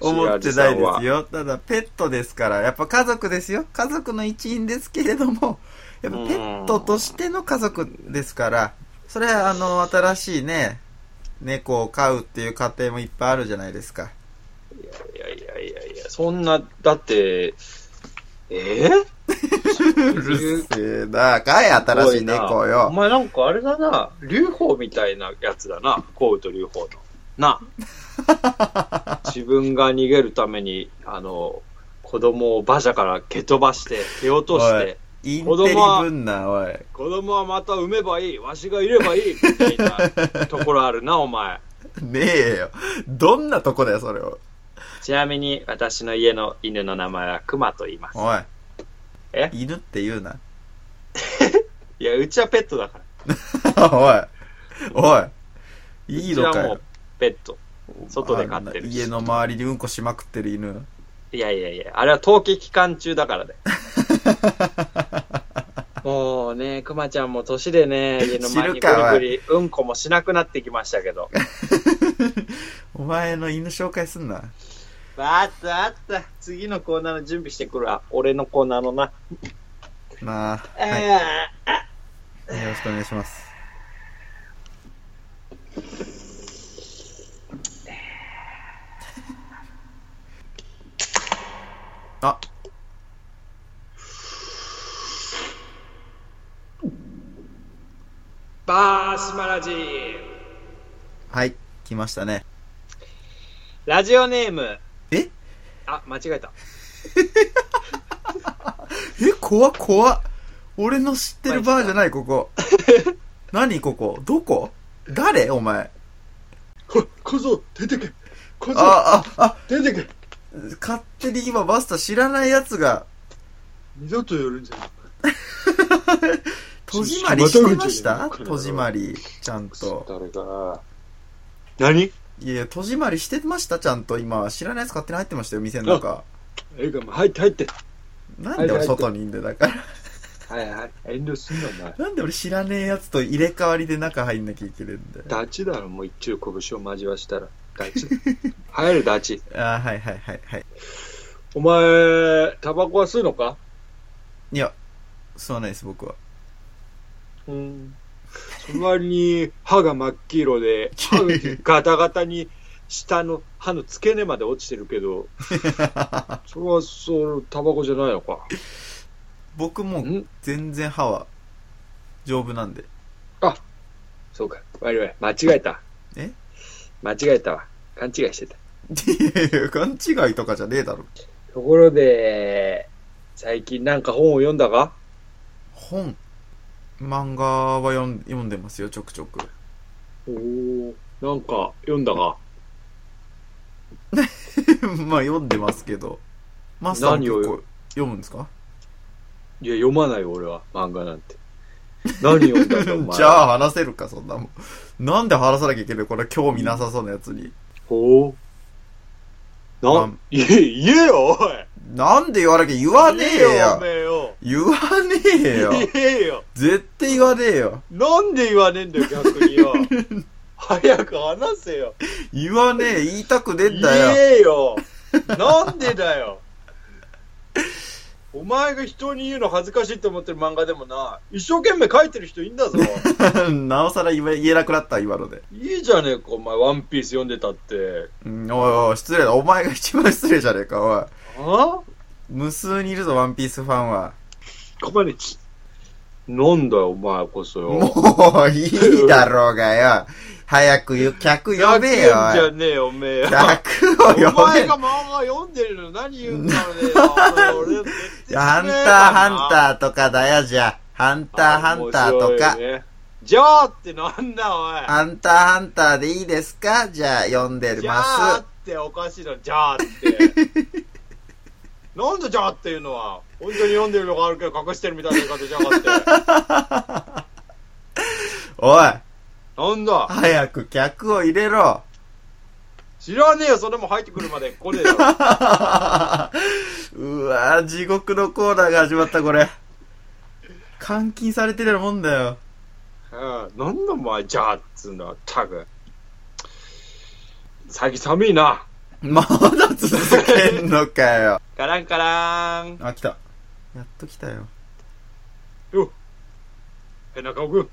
[SPEAKER 2] 思ってないで
[SPEAKER 1] 白
[SPEAKER 2] す
[SPEAKER 1] 地
[SPEAKER 2] よ。ただ、ペットですから、やっぱ家族ですよ。家族の一員ですけれども、やっぱペットとしての家族ですから、それはあの、新しいね、猫を飼うっていう家庭もいっぱいあるじゃないですか。
[SPEAKER 1] いやいやいやいや、そんな、だって、えー
[SPEAKER 2] うるせえな、飼え、新しい猫
[SPEAKER 1] お
[SPEAKER 2] よ。
[SPEAKER 1] 前なんかあれだな、劉邦みたいなやつだな、コウと劉邦の。 な。自分が逃げるために、あの、子供を馬車から蹴飛ばして、蹴落として、
[SPEAKER 2] インテリぶんな、おい。
[SPEAKER 1] 子供はまた産めばいい、わしがいればいい、みたいなところある な、お前。
[SPEAKER 2] ねえよ。どんなとこだよ、それを。
[SPEAKER 1] ちなみに、私の家の犬の名前はクマと言います。
[SPEAKER 2] おい。
[SPEAKER 1] え
[SPEAKER 2] 犬って言うな。
[SPEAKER 1] いや、うちはペットだから。
[SPEAKER 2] おい。おい。いいの
[SPEAKER 1] うち
[SPEAKER 2] か
[SPEAKER 1] はも
[SPEAKER 2] よ
[SPEAKER 1] う。ペット。外で飼ってるし
[SPEAKER 2] あんな家の周りにうんこしまくってる犬。
[SPEAKER 1] いやいやいや、あれは冬季期間中だからで。もうね、くまちゃんも年でね、家の前に
[SPEAKER 2] 知る
[SPEAKER 1] ぐ
[SPEAKER 2] か
[SPEAKER 1] りぐり、うんこもしなくなってきましたけ ど。
[SPEAKER 2] お前の犬紹介すんな。
[SPEAKER 1] あったあった。次のコーナーの準備してくるわ。俺のコーナーのな。あ
[SPEAKER 2] なあ、は
[SPEAKER 1] ー
[SPEAKER 2] い。よろしくお願いします。あ、
[SPEAKER 1] バーシマラジ
[SPEAKER 2] はい、来ましたね。
[SPEAKER 1] ラジオネーム
[SPEAKER 2] え
[SPEAKER 1] あ間違えた
[SPEAKER 2] え、怖っ怖っ俺の知ってるバーじゃない、ここ。何ここどこ誰お前。
[SPEAKER 1] こ小僧出てけ小
[SPEAKER 2] あ、あ、あ、
[SPEAKER 1] 出てけ
[SPEAKER 2] 勝手に今バスタ知らないやつが、
[SPEAKER 1] 二度とやるんじゃない
[SPEAKER 2] 戸締まりしてました
[SPEAKER 1] また口
[SPEAKER 2] 戸
[SPEAKER 1] に
[SPEAKER 2] 締まり、ちゃんと。
[SPEAKER 1] 誰か何
[SPEAKER 2] いやいや、戸締まりしてましたちゃんと今。知らないやつ勝手に入ってましたよ、店の中。
[SPEAKER 1] ええかもう入って入って
[SPEAKER 2] なんで俺
[SPEAKER 1] 入って
[SPEAKER 2] 外にいんだよ、だから。
[SPEAKER 1] はいはい遠慮すんなお前
[SPEAKER 2] なんで俺知らねえやつと入れ替わりで中入んなきゃいけないんだよ。
[SPEAKER 1] ダチだろもう一中拳を交わしたらダチ入るダチ
[SPEAKER 2] あーはいはいはいはい。
[SPEAKER 1] お前タバコは吸うのか
[SPEAKER 2] いや、そうないです、僕は。
[SPEAKER 1] うんその割に歯が真っ黄色で歯がガタガタに下の歯の付け根まで落ちてるけどそれはそうタバコじゃないのか
[SPEAKER 2] 僕もうん全然歯は丈夫なんで。
[SPEAKER 1] そうかわいわい間違えた
[SPEAKER 2] え
[SPEAKER 1] 間違えたわ勘違いしてた
[SPEAKER 2] いやいや、勘違いとかじゃねえだろ。
[SPEAKER 1] ところで最近なんか本を読んだか
[SPEAKER 2] 本、漫画は読ん読んでますよ、ちょくちょく。
[SPEAKER 1] おおなんか読んだか
[SPEAKER 2] まあ読んでますけど。マスターも
[SPEAKER 1] 何を
[SPEAKER 2] 結構読むんですか
[SPEAKER 1] いや読まないよ俺は漫画なんて 何読んだん だお前
[SPEAKER 2] じゃあ話せるか、そんなもん。なんで話さなきゃいけないこれ興味なさそうなやつに。
[SPEAKER 1] ほう
[SPEAKER 2] あ
[SPEAKER 1] な、言え、言えよ、おい
[SPEAKER 2] なんで言わなきゃ言わねえや
[SPEAKER 1] 言えよ。
[SPEAKER 2] 言わねえ
[SPEAKER 1] お
[SPEAKER 2] よ
[SPEAKER 1] めえよ。言えよ。
[SPEAKER 2] 絶対言わねえよ
[SPEAKER 1] なんで言わねえんだよ、逆に よ。早く話せよ。
[SPEAKER 2] 言わねえ言いたくねえん
[SPEAKER 1] 言
[SPEAKER 2] だよ
[SPEAKER 1] えよ。なんでだよ。お前が人に言うの恥ずかしいと思ってる漫画でもな、一生懸命書いてる人いんだ ぞ。
[SPEAKER 2] なおさら言え言えなくなった、今ので。
[SPEAKER 1] いいじゃねえか、お前、ワンピース読んでたって。
[SPEAKER 2] うん、おいおい、失礼だ。お前が一番失礼じゃねえか、おい。
[SPEAKER 1] あ
[SPEAKER 2] 無数にいるぞ、ワンピースファンは。
[SPEAKER 1] かまねち。なんだよ、お前こそよ。
[SPEAKER 2] もう、いいだろうがよ。早くよ客呼べ
[SPEAKER 1] 100円じ
[SPEAKER 2] よ、お
[SPEAKER 1] ゃ
[SPEAKER 2] い。
[SPEAKER 1] ねえよ、おめえよ。
[SPEAKER 2] 客
[SPEAKER 1] お
[SPEAKER 2] を呼べ
[SPEAKER 1] 前
[SPEAKER 2] よ
[SPEAKER 1] が。漫画読んでるの何言うんだろう ね。お前俺
[SPEAKER 2] ハンター、ハンターとかだよ、じゃあ。ハンター、ハンターとか。
[SPEAKER 1] じゃあってなんだおい。
[SPEAKER 2] ハンター、ハンターでいいですかじゃあ、呼んで
[SPEAKER 1] じゃあ
[SPEAKER 2] ま
[SPEAKER 1] っておかしいの、じゃあって。 なんだじゃあっていうのは。本当に読んでるのがあるけど隠してるみたいな言い方じゃなかったよ。
[SPEAKER 2] す。おい、
[SPEAKER 1] なんだ
[SPEAKER 2] 早く客を入れろ。
[SPEAKER 1] 知らねえよ、それも入ってくるまで来ねえよ。
[SPEAKER 2] うわぁ、地獄のコーナーが始まった、これ。監禁されてるようなもんだよ。
[SPEAKER 1] うんなんだお前、じゃあっつうんだ、ったく。最近寒いな。
[SPEAKER 2] まだ続けんのかよ。
[SPEAKER 1] ガランガラーン。
[SPEAKER 2] あ、来た。やっと来たよ。
[SPEAKER 1] え、中尾くん。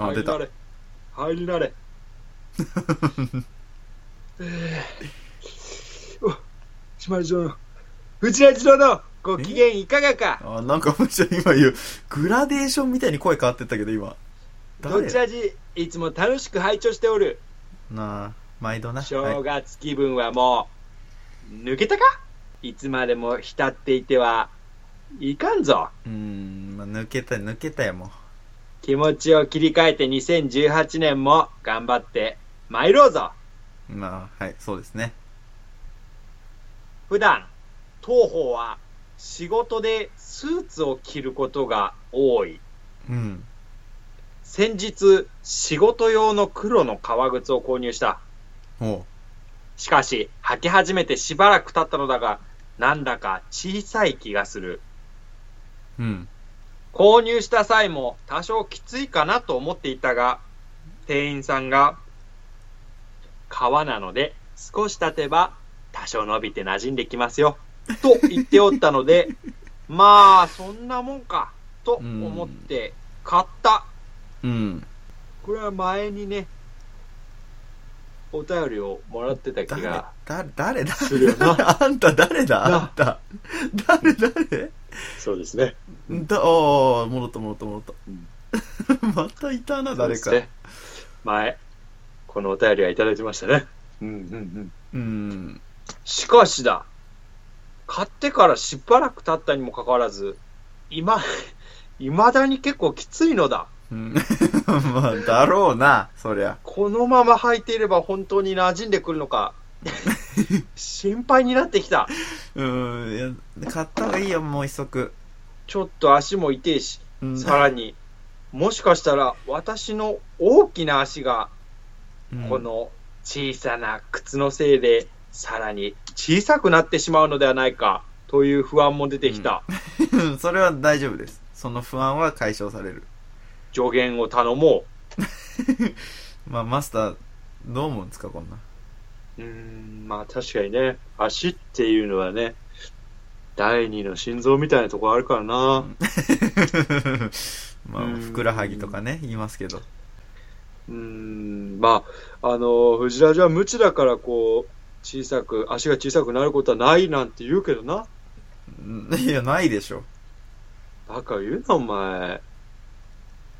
[SPEAKER 2] あ、出た。
[SPEAKER 1] 入り慣れ。入り慣れ。えーお、しまりじょうの、うちらじろのご機嫌いかがか。
[SPEAKER 2] あ、なんかむしろ今言う、グラデーションみたいに声変わってったけど、今。
[SPEAKER 1] どちらじ、いつも楽しく拝聴しておる。
[SPEAKER 2] なあ、毎度な。は
[SPEAKER 1] 正
[SPEAKER 2] い
[SPEAKER 1] 月気分はもう、抜けたかいつまでも浸っていては、いかんぞ。
[SPEAKER 2] うーん、まあ、抜けた、抜けたよ、も
[SPEAKER 1] 気持ちを切り替えて2018年も頑張って参ろうぞ。
[SPEAKER 2] う。まあ、はい、そうですね。
[SPEAKER 1] 普段当方は仕事でスーツを着ることが多い
[SPEAKER 2] うん。
[SPEAKER 1] 先日仕事用の黒の革靴を購入した
[SPEAKER 2] おう。
[SPEAKER 1] しかし履き始めてしばらく経ったのだがなんだか小さい気がする
[SPEAKER 2] うん。
[SPEAKER 1] 購入した際も多少きついかなと思っていたが店員さんが革なので少し経てば多少伸びて馴染んできますよと言っておったの でまあそんなもんかと思って買った
[SPEAKER 2] うん。
[SPEAKER 1] これは前にねお便りをもらってた気
[SPEAKER 2] 誰
[SPEAKER 1] が
[SPEAKER 2] だ、誰だ
[SPEAKER 1] するよ な
[SPEAKER 2] あんた誰だあんた。誰誰
[SPEAKER 1] そうですね
[SPEAKER 2] だ、ああ、戻った戻った戻った。 またいたな、
[SPEAKER 1] そうで
[SPEAKER 2] 誰
[SPEAKER 1] す
[SPEAKER 2] か。
[SPEAKER 1] ね。前、このお便りはいただきましたね。うんうんうん。
[SPEAKER 2] うん。
[SPEAKER 1] しかしだ、買ってからしばらく経ったにもかかわらず、今、 いまだに結構きついのだ。
[SPEAKER 2] うん まあ、だろうな、そりゃ。
[SPEAKER 1] このまま履いていれば本当に馴染んでくるのか。心配になってきた。
[SPEAKER 2] うん、いや、買った方がいいよ、もう一足。
[SPEAKER 1] ちょっと足も痛いし、
[SPEAKER 2] うん。
[SPEAKER 1] さらに、もしかしたら私の大きな足が、
[SPEAKER 2] うん
[SPEAKER 1] こ、の小さな靴のせいで、さらに小さくなってしまうのではないか、という不安も出てきた。
[SPEAKER 2] うん それは大丈夫です。その不安は解消される。
[SPEAKER 1] 助言を頼も
[SPEAKER 2] まあ、マスター、どう思うんですか、こんな。
[SPEAKER 1] う。うーん、まあ確かにね、足っていうのはね、第二の心臓みたいなところあるからな。
[SPEAKER 2] まあ、ふくらはぎとかね、言いますけど。
[SPEAKER 1] うーん、まあ、あの、藤ラジは無知だから、こう、小さく、足が小さくなることはないなんて言うけどな。
[SPEAKER 2] うんいや、ないでしょ。
[SPEAKER 1] バカ言うな、お前。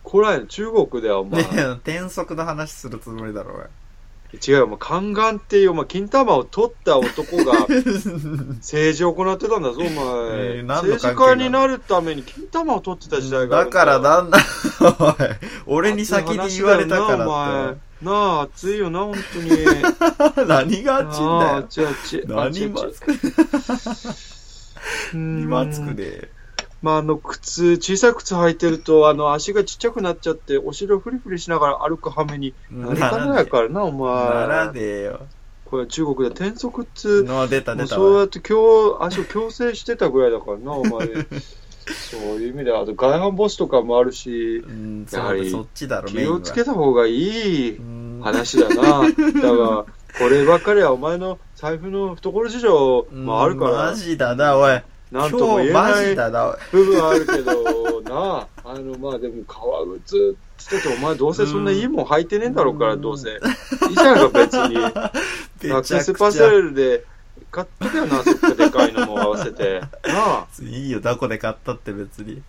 [SPEAKER 1] 古来の中国では、お
[SPEAKER 2] い
[SPEAKER 1] 前。
[SPEAKER 2] や、転足の話するつもりだろ、おい。
[SPEAKER 1] 違うよ、お前、宦官っていう、お前、金玉を取った男 が政治を行ってたんだぞ、お前。
[SPEAKER 2] えー何の
[SPEAKER 1] 政
[SPEAKER 2] 関係
[SPEAKER 1] 治
[SPEAKER 2] が
[SPEAKER 1] 家になるために金玉を取ってた時代があ
[SPEAKER 2] だ
[SPEAKER 1] るん
[SPEAKER 2] か
[SPEAKER 1] よ
[SPEAKER 2] らなんだ、おい。俺に先に言われたか
[SPEAKER 1] 熱い話だよ
[SPEAKER 2] らって。
[SPEAKER 1] なお前なあ、熱いよな、本当に。
[SPEAKER 2] 何があっちんだ
[SPEAKER 1] ああ、
[SPEAKER 2] よ。
[SPEAKER 1] 熱い熱い。熱い熱
[SPEAKER 2] 何
[SPEAKER 1] い
[SPEAKER 2] マスク、
[SPEAKER 1] うーん
[SPEAKER 2] マスクで。
[SPEAKER 1] まあ、あの、靴、小さい靴履いてると、あの、足がちっちゃくなっちゃって、お尻をフリフリしながら歩く羽目になりかねないからな、お
[SPEAKER 2] なら
[SPEAKER 1] 前。
[SPEAKER 2] ねえよ。
[SPEAKER 1] これは中国では転足っつう、
[SPEAKER 2] の出た
[SPEAKER 1] も
[SPEAKER 2] 出
[SPEAKER 1] う
[SPEAKER 2] た
[SPEAKER 1] そう
[SPEAKER 2] わ。
[SPEAKER 1] やって強、足を強制してたぐらいだからな、お 前。そういう意味では、あと外反母趾とかもあるし、
[SPEAKER 2] うん、
[SPEAKER 1] や
[SPEAKER 2] そ
[SPEAKER 1] は
[SPEAKER 2] う
[SPEAKER 1] り
[SPEAKER 2] そっちだろ、メイ
[SPEAKER 1] 気
[SPEAKER 2] ンは。
[SPEAKER 1] をつけた方がいい
[SPEAKER 2] うん
[SPEAKER 1] 話だ な。だが、こればっかりはお前の財布の懐事情もあるか
[SPEAKER 2] マ
[SPEAKER 1] ら、
[SPEAKER 2] ジだな、おい。
[SPEAKER 1] なんとも言え
[SPEAKER 2] 今日
[SPEAKER 1] な
[SPEAKER 2] マジ
[SPEAKER 1] い。
[SPEAKER 2] だな、おい。
[SPEAKER 1] 部分はあるけどなあ、あの、まあでも、革靴って言ってて、お前どうせそんないいもん履いてねえんだろうか
[SPEAKER 2] う
[SPEAKER 1] ら、
[SPEAKER 2] ん
[SPEAKER 1] どうせ。いいじゃんか、別 に。
[SPEAKER 2] め
[SPEAKER 1] ナッ
[SPEAKER 2] ちゃ
[SPEAKER 1] クス
[SPEAKER 2] く
[SPEAKER 1] パ
[SPEAKER 2] ち
[SPEAKER 1] セ。
[SPEAKER 2] ゃ
[SPEAKER 1] ルで買ってたよな、そっかでかいのも合わせ て。なあ、
[SPEAKER 2] いいよ、ダコで買ったって別に。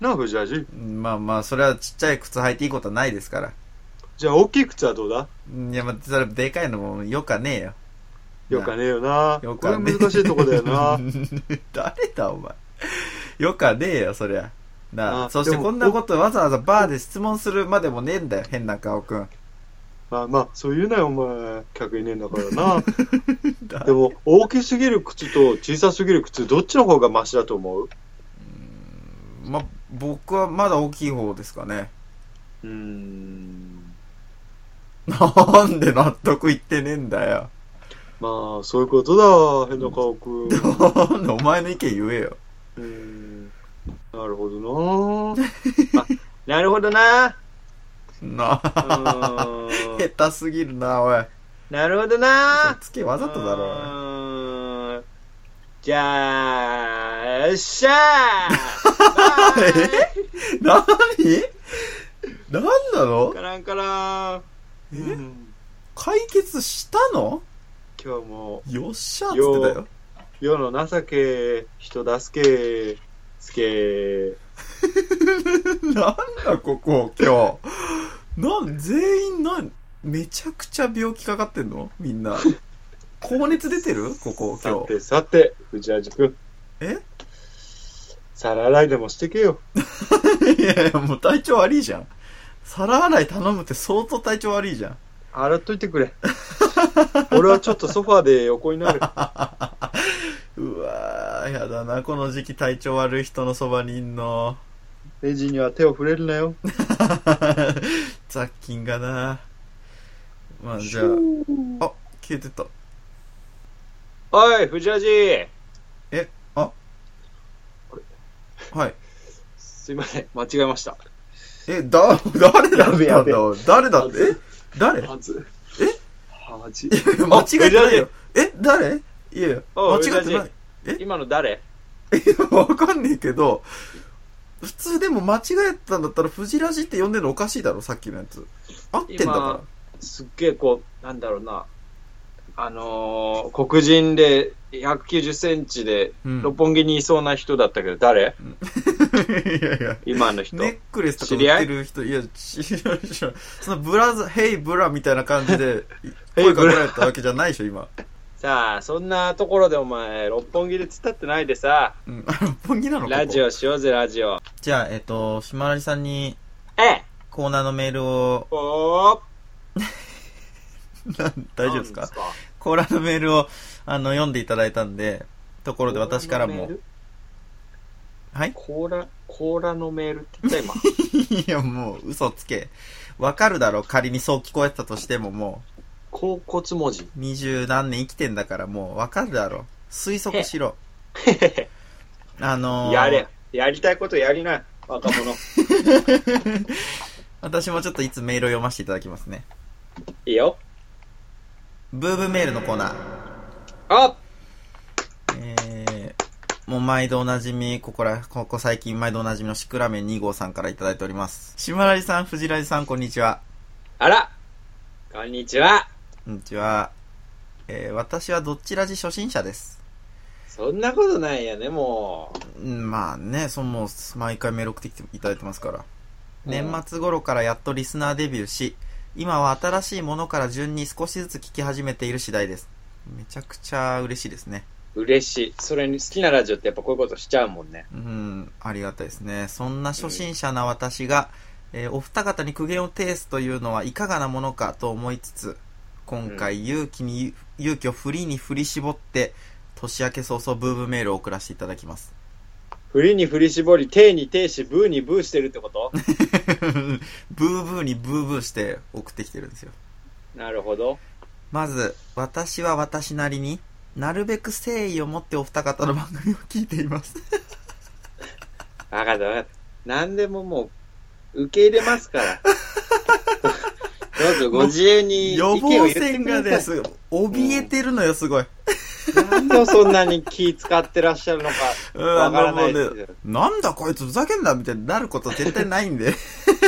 [SPEAKER 1] なあ、藤原じ。
[SPEAKER 2] うんまあまあ、それはちっちゃい靴履いていいことはないですから。
[SPEAKER 1] じゃあ、大きい靴はどうだ
[SPEAKER 2] うんいや、まあ、それでかいのもよかねえよ。
[SPEAKER 1] よかねえよな。
[SPEAKER 2] よ
[SPEAKER 1] こ
[SPEAKER 2] か
[SPEAKER 1] れ
[SPEAKER 2] ねえ
[SPEAKER 1] 難しいとこだよな。
[SPEAKER 2] 誰だお前よかねえよそりゃなあ
[SPEAKER 1] あ
[SPEAKER 2] そして
[SPEAKER 1] でも
[SPEAKER 2] こんなことわざわざバーで質問するまでもねえんだよ変な顔くん
[SPEAKER 1] まあまあ、そう言うなよ、お前。客いねえんだからな。
[SPEAKER 2] だ
[SPEAKER 1] でも、大きすぎる靴と小さすぎる靴、どっちの方がマシだと思う
[SPEAKER 2] ま僕はまだ大きい方ですかね
[SPEAKER 1] うーん。
[SPEAKER 2] なんで納得いってねえんだよ
[SPEAKER 1] まあ、そういうことだ、変な顔くん。
[SPEAKER 2] なんでお前の意見言えよ
[SPEAKER 1] うーんなるほ どなあなるほどな
[SPEAKER 2] な
[SPEAKER 1] う
[SPEAKER 2] あ
[SPEAKER 1] ーん
[SPEAKER 2] 下手すぎるなおい
[SPEAKER 1] なるほど
[SPEAKER 2] 嘘
[SPEAKER 1] な
[SPEAKER 2] つけわざとだ
[SPEAKER 1] う
[SPEAKER 2] ろ
[SPEAKER 1] ーんじゃあ、よっしゃーバイ
[SPEAKER 2] おいなになんなの
[SPEAKER 1] カランカランうん
[SPEAKER 2] 解決したの
[SPEAKER 1] 今日も
[SPEAKER 2] よっしゃーっつってたよ
[SPEAKER 1] 世の情け、人助け、つけ。
[SPEAKER 2] なんだここ、今日。なん、全員なん、めちゃくちゃ病気かかってんのみんな。高熱出てるここ、
[SPEAKER 1] さ
[SPEAKER 2] 今日。
[SPEAKER 1] てさて、藤原君。
[SPEAKER 2] え
[SPEAKER 1] 皿洗いでもしてけよ。
[SPEAKER 2] いやいや、もう体調悪いじゃん。皿洗い頼むって相当体調悪いじゃん。
[SPEAKER 1] 洗っといてくれ。 俺はちょっとソファーで横になる。
[SPEAKER 2] うわー、やだな、この時期体調悪い人のそばにいんの。
[SPEAKER 1] レジには手を触れるなよ。
[SPEAKER 2] 雑菌がな。まあ、じゃあ、あ、消えてた。
[SPEAKER 1] おい、藤原じ
[SPEAKER 2] え、あはい。
[SPEAKER 1] すいません、間違えました。
[SPEAKER 2] え、だ、誰だったんだ
[SPEAKER 1] やべや
[SPEAKER 2] 誰だって、え誰
[SPEAKER 1] はず。えはじ。
[SPEAKER 2] 間違えてないよ。え、誰いやいや、
[SPEAKER 1] お
[SPEAKER 2] 間
[SPEAKER 1] う
[SPEAKER 2] 違えてない。
[SPEAKER 1] 今の誰
[SPEAKER 2] いやわかんねえけど、普通でも間違えたんだったら、藤ラジって呼んでるのおかしいだろ、さっきのやつ。合ってんだか
[SPEAKER 1] 今すっげえこう、なんだろうな。あのー、黒人で190センチで、
[SPEAKER 2] うん
[SPEAKER 1] 六本木にいそうな人だったけど、誰、
[SPEAKER 2] いやいや。
[SPEAKER 1] 今の人。
[SPEAKER 2] ネックレスとか売ってる人、いや、知らない知らないそのブラザー、ヘイブラみたいな感じで、 声かけられたわけじゃないでしょ、今。
[SPEAKER 1] さあ、そんなところでお前、六本木で突っ立ってないでさ、
[SPEAKER 2] うん。あ六本木なのここ
[SPEAKER 1] ラジオしようぜ、ラジオ。
[SPEAKER 2] じゃあ、えっと、島まさんに
[SPEAKER 1] ええ
[SPEAKER 2] コーナーのメールを、
[SPEAKER 1] おー
[SPEAKER 2] なん 大丈夫です
[SPEAKER 1] なん
[SPEAKER 2] かコーナーのメールを、あの、読んでいただいたんで、ところで私からも。はい
[SPEAKER 1] コーラ、コーラのメールって言 った今。
[SPEAKER 2] いや、もう、嘘つけ。わかるだろ、仮にそう聞こえてたとしても、も
[SPEAKER 1] 甲骨文字。
[SPEAKER 2] う、二十何年生きてんだから、もう、わかるだろ。推測 しろ。あのー
[SPEAKER 1] やれ。やりたいことやりな、若者。
[SPEAKER 2] 私もちょっといつメールを読ませていただきますね。
[SPEAKER 1] いいよ。
[SPEAKER 2] ブーブーメールのコーナー。
[SPEAKER 1] あ
[SPEAKER 2] えー、もう毎度おなじみ、ここら、ここ最近毎度おなじみのシクラメン2号さんからいただいております。シマラジさん、フジラジさん、こんにちは。
[SPEAKER 1] あらこんにちは。
[SPEAKER 2] こんにちは。えー、私はどっちラジ初心者です。
[SPEAKER 1] そんなことないよね、もう。
[SPEAKER 2] うんまあね、その毎回メール送ってきていただいてますから。年末頃からやっとリスナーデビューし、今は新しいものから順に少しずつ聞き始めている次第です。めちゃくちゃ嬉しいですね。
[SPEAKER 1] 嬉しい。それに好きなラジオってやっぱこういうことしちゃうもんね。
[SPEAKER 2] うん、ありがたいですね。そんな初心者な私が、えーお二方に苦言を呈すというのはいかがなものかと思いつつ、今回勇気に、勇気をフリーに振り絞って、年明け早々ブーブーメールを送らせていただきます。
[SPEAKER 1] 振りに振り絞り、手に手し、ブーにブーしてるってこと
[SPEAKER 2] ブーブーにブーブーして送ってきてるんですよ。
[SPEAKER 1] なるほど。
[SPEAKER 2] まず、私は私なりに、なるべく誠意を持ってお二方の番組を聞いています。
[SPEAKER 1] わかったわかった。何でももう、受け入れます から。どうぞご自由に意見
[SPEAKER 2] 予
[SPEAKER 1] を
[SPEAKER 2] 防
[SPEAKER 1] 言って
[SPEAKER 2] 線
[SPEAKER 1] くだ
[SPEAKER 2] が
[SPEAKER 1] さい。
[SPEAKER 2] です。怯えてるのよ、すごい。
[SPEAKER 1] なんでそんなに気使ってらっしゃるのか、
[SPEAKER 2] うん
[SPEAKER 1] わからないで
[SPEAKER 2] あのもう
[SPEAKER 1] す
[SPEAKER 2] ねなんだこいつふざけんなみたいになること絶対な いんで。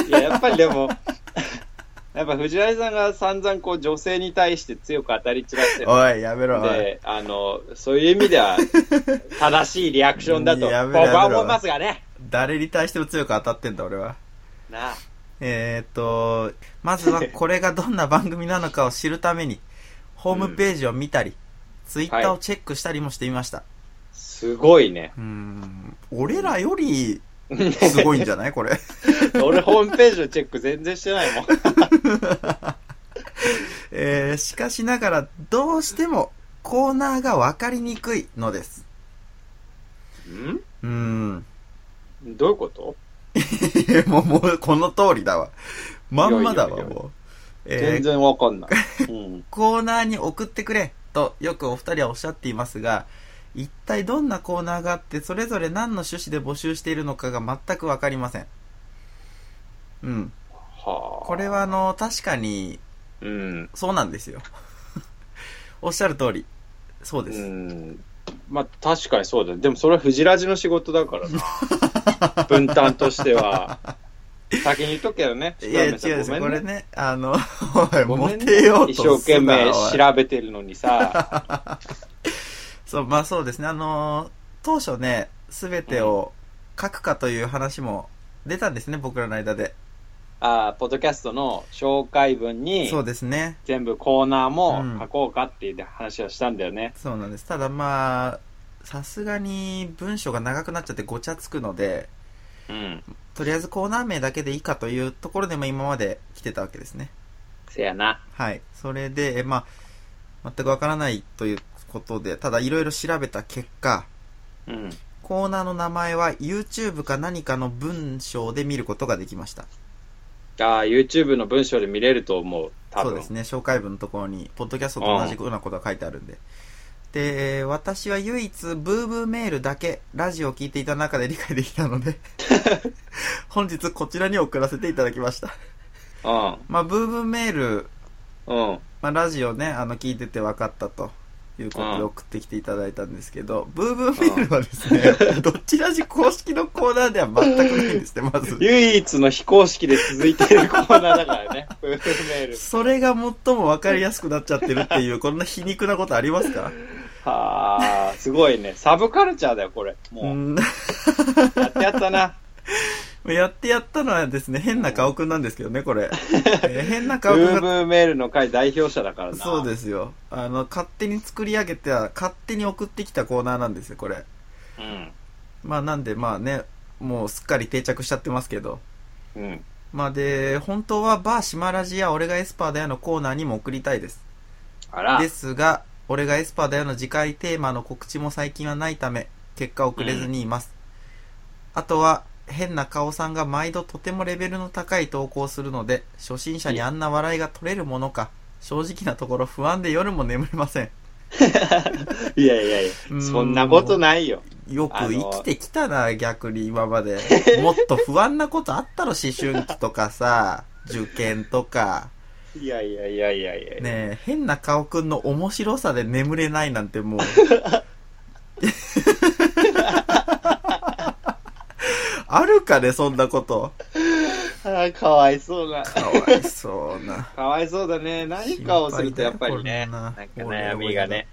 [SPEAKER 1] いや、やっぱりでも、 やっぱ藤原さんが散々こう女性に対して強く当たり散らしてる
[SPEAKER 2] おい、やめろ、
[SPEAKER 1] ん
[SPEAKER 2] おい。
[SPEAKER 1] で、あの、そういう意味で は、正しいリアクションだと、僕
[SPEAKER 2] やめろやめろ
[SPEAKER 1] は思いますがね。
[SPEAKER 2] 誰に対しても強く当たってんだ、俺は。
[SPEAKER 1] なあ。
[SPEAKER 2] えー、っと、まずはこれがどんな番組なのかを知るために、ホームページを見たり、ツイッターをチェックしたりもしてみました。
[SPEAKER 1] すごいね。
[SPEAKER 2] うーん、俺らより、すごいんじゃないこれ。
[SPEAKER 1] 俺ホームページのチェック全然してないもん。
[SPEAKER 2] えー、しかしながら、どうしても、コーナーがわかりにくいのです。
[SPEAKER 1] ん
[SPEAKER 2] うーん。
[SPEAKER 1] どういうこと
[SPEAKER 2] いや もう、もう、この通りだわ。まんまだ
[SPEAKER 1] い
[SPEAKER 2] わ、
[SPEAKER 1] やいやいや
[SPEAKER 2] もう。え
[SPEAKER 1] 全
[SPEAKER 2] ー、
[SPEAKER 1] 然わか んない。うん。
[SPEAKER 2] コーナーに送ってくれとよくお二人はおっしゃっていますが、一体どんなコーナーがあって、それぞれ何の趣旨で募集しているのかが全くわかりません。うん。
[SPEAKER 1] はあ。
[SPEAKER 2] これはあの、確かに、
[SPEAKER 1] うん。
[SPEAKER 2] そうなんですよ。 おっしゃる通り。そうです。
[SPEAKER 1] うん。まあ確かにそうだね。でもそれは藤ラジの仕事だから な。分担としては。先に言っとくけどね。
[SPEAKER 2] いや、違う
[SPEAKER 1] 白目
[SPEAKER 2] です
[SPEAKER 1] さん
[SPEAKER 2] よ。
[SPEAKER 1] ご
[SPEAKER 2] こ
[SPEAKER 1] め
[SPEAKER 2] れ
[SPEAKER 1] んね
[SPEAKER 2] ね、あの、 おい、
[SPEAKER 1] ご
[SPEAKER 2] モ
[SPEAKER 1] めんね
[SPEAKER 2] テようと
[SPEAKER 1] 一生懸
[SPEAKER 2] すな
[SPEAKER 1] 命
[SPEAKER 2] おい
[SPEAKER 1] 調べてるのにさ。
[SPEAKER 2] そう、まあそうですね。あのー当初ね、すべてを書くかという話も出たんですね、僕らの間で。
[SPEAKER 1] ああ、ポッドキャストの紹介文に
[SPEAKER 2] そうですね。
[SPEAKER 1] 全部コーナー
[SPEAKER 2] うん
[SPEAKER 1] も書こうかっていう話をしたんだよね。
[SPEAKER 2] そうなんです。ただまあ、さすがに文章が長くなっちゃってごちゃつくので、
[SPEAKER 1] うん。
[SPEAKER 2] とりあえずコーナー名だけでいいかというところでも今まで来てたわけですね。
[SPEAKER 1] せやな。
[SPEAKER 2] はい。それで、えまあ、全くわからないということで、ただいろいろ調べた結果、
[SPEAKER 1] うん。
[SPEAKER 2] コーナーの名前は YouTube か何かの文章で見ることができました。
[SPEAKER 1] ああ、YouTube の文章で見れると思う。多
[SPEAKER 2] そう
[SPEAKER 1] 分。
[SPEAKER 2] ですね、紹介文のところに、ポッドキャストと同じようなことが書いてあるんで。で、えー私は唯一、ブーブーメールだけ、ラジオを聞いていた中で理解できたの で、本日こちらに送らせていただきました。まあ、ブーブーメール、
[SPEAKER 1] うん。うん。
[SPEAKER 2] まあ、ラジオね、あの、聞いてて分かったと。いうことで送ってきていただいたんですけど、ブーブーメールはですね、どっちらし公式のコーナーでは全くないんですね、まず。
[SPEAKER 1] 唯一の非公式で続いているコーナーだから ね。ブーブーメール。
[SPEAKER 2] それが最も分かりやすくなっちゃってるっていう、こんな皮肉なことありますか
[SPEAKER 1] はあ、すごいね。サブカルチャーだよ、これ。
[SPEAKER 2] う
[SPEAKER 1] もう。
[SPEAKER 2] ん
[SPEAKER 1] やってやった な。
[SPEAKER 2] やってやったのはですね、変な顔くんなんですけどね、これ。えー変な
[SPEAKER 1] ブ
[SPEAKER 2] 顔くん
[SPEAKER 1] ーブ
[SPEAKER 2] が、
[SPEAKER 1] ーメールの会代表者だからな。
[SPEAKER 2] そうですよ。あの、勝手に作り上げて、勝手に送ってきたコーナーなんですよ、これ。
[SPEAKER 1] うん。
[SPEAKER 2] まあ、なんで、まあね、もうすっかり定着しちゃってますけど。
[SPEAKER 1] うん。
[SPEAKER 2] まあで、本当はバー島ラジや俺がエスパーだよのコーナーにも送りたいです。
[SPEAKER 1] あら。
[SPEAKER 2] ですが、俺がエスパーだよの次回テーマの告知も最近はないため、結果遅れずにいます。あとは、変な顔さんが毎度とてもレベルの高い投稿をするので、初心者にあんな笑いが取れるものか、正直なところ不安で夜も眠れません。
[SPEAKER 1] いやいやいや
[SPEAKER 2] うーん、
[SPEAKER 1] そんなことないよ。
[SPEAKER 2] よく
[SPEAKER 1] あの
[SPEAKER 2] 生きてきたな、逆に今 まで。もっと不安なことあったろ、思春期とかさ、受験とか。
[SPEAKER 1] いやいやいやいやいや。
[SPEAKER 2] ねえ、変な顔くんの面白さで眠れないなんてもう。あるかね、そんなこと。
[SPEAKER 1] あーかわいそうな。
[SPEAKER 2] かわいそうな。
[SPEAKER 1] かわいそうだね。何かをするとやっぱりね、
[SPEAKER 2] 心
[SPEAKER 1] なんか
[SPEAKER 2] 配だよこんな
[SPEAKER 1] 悩みがね。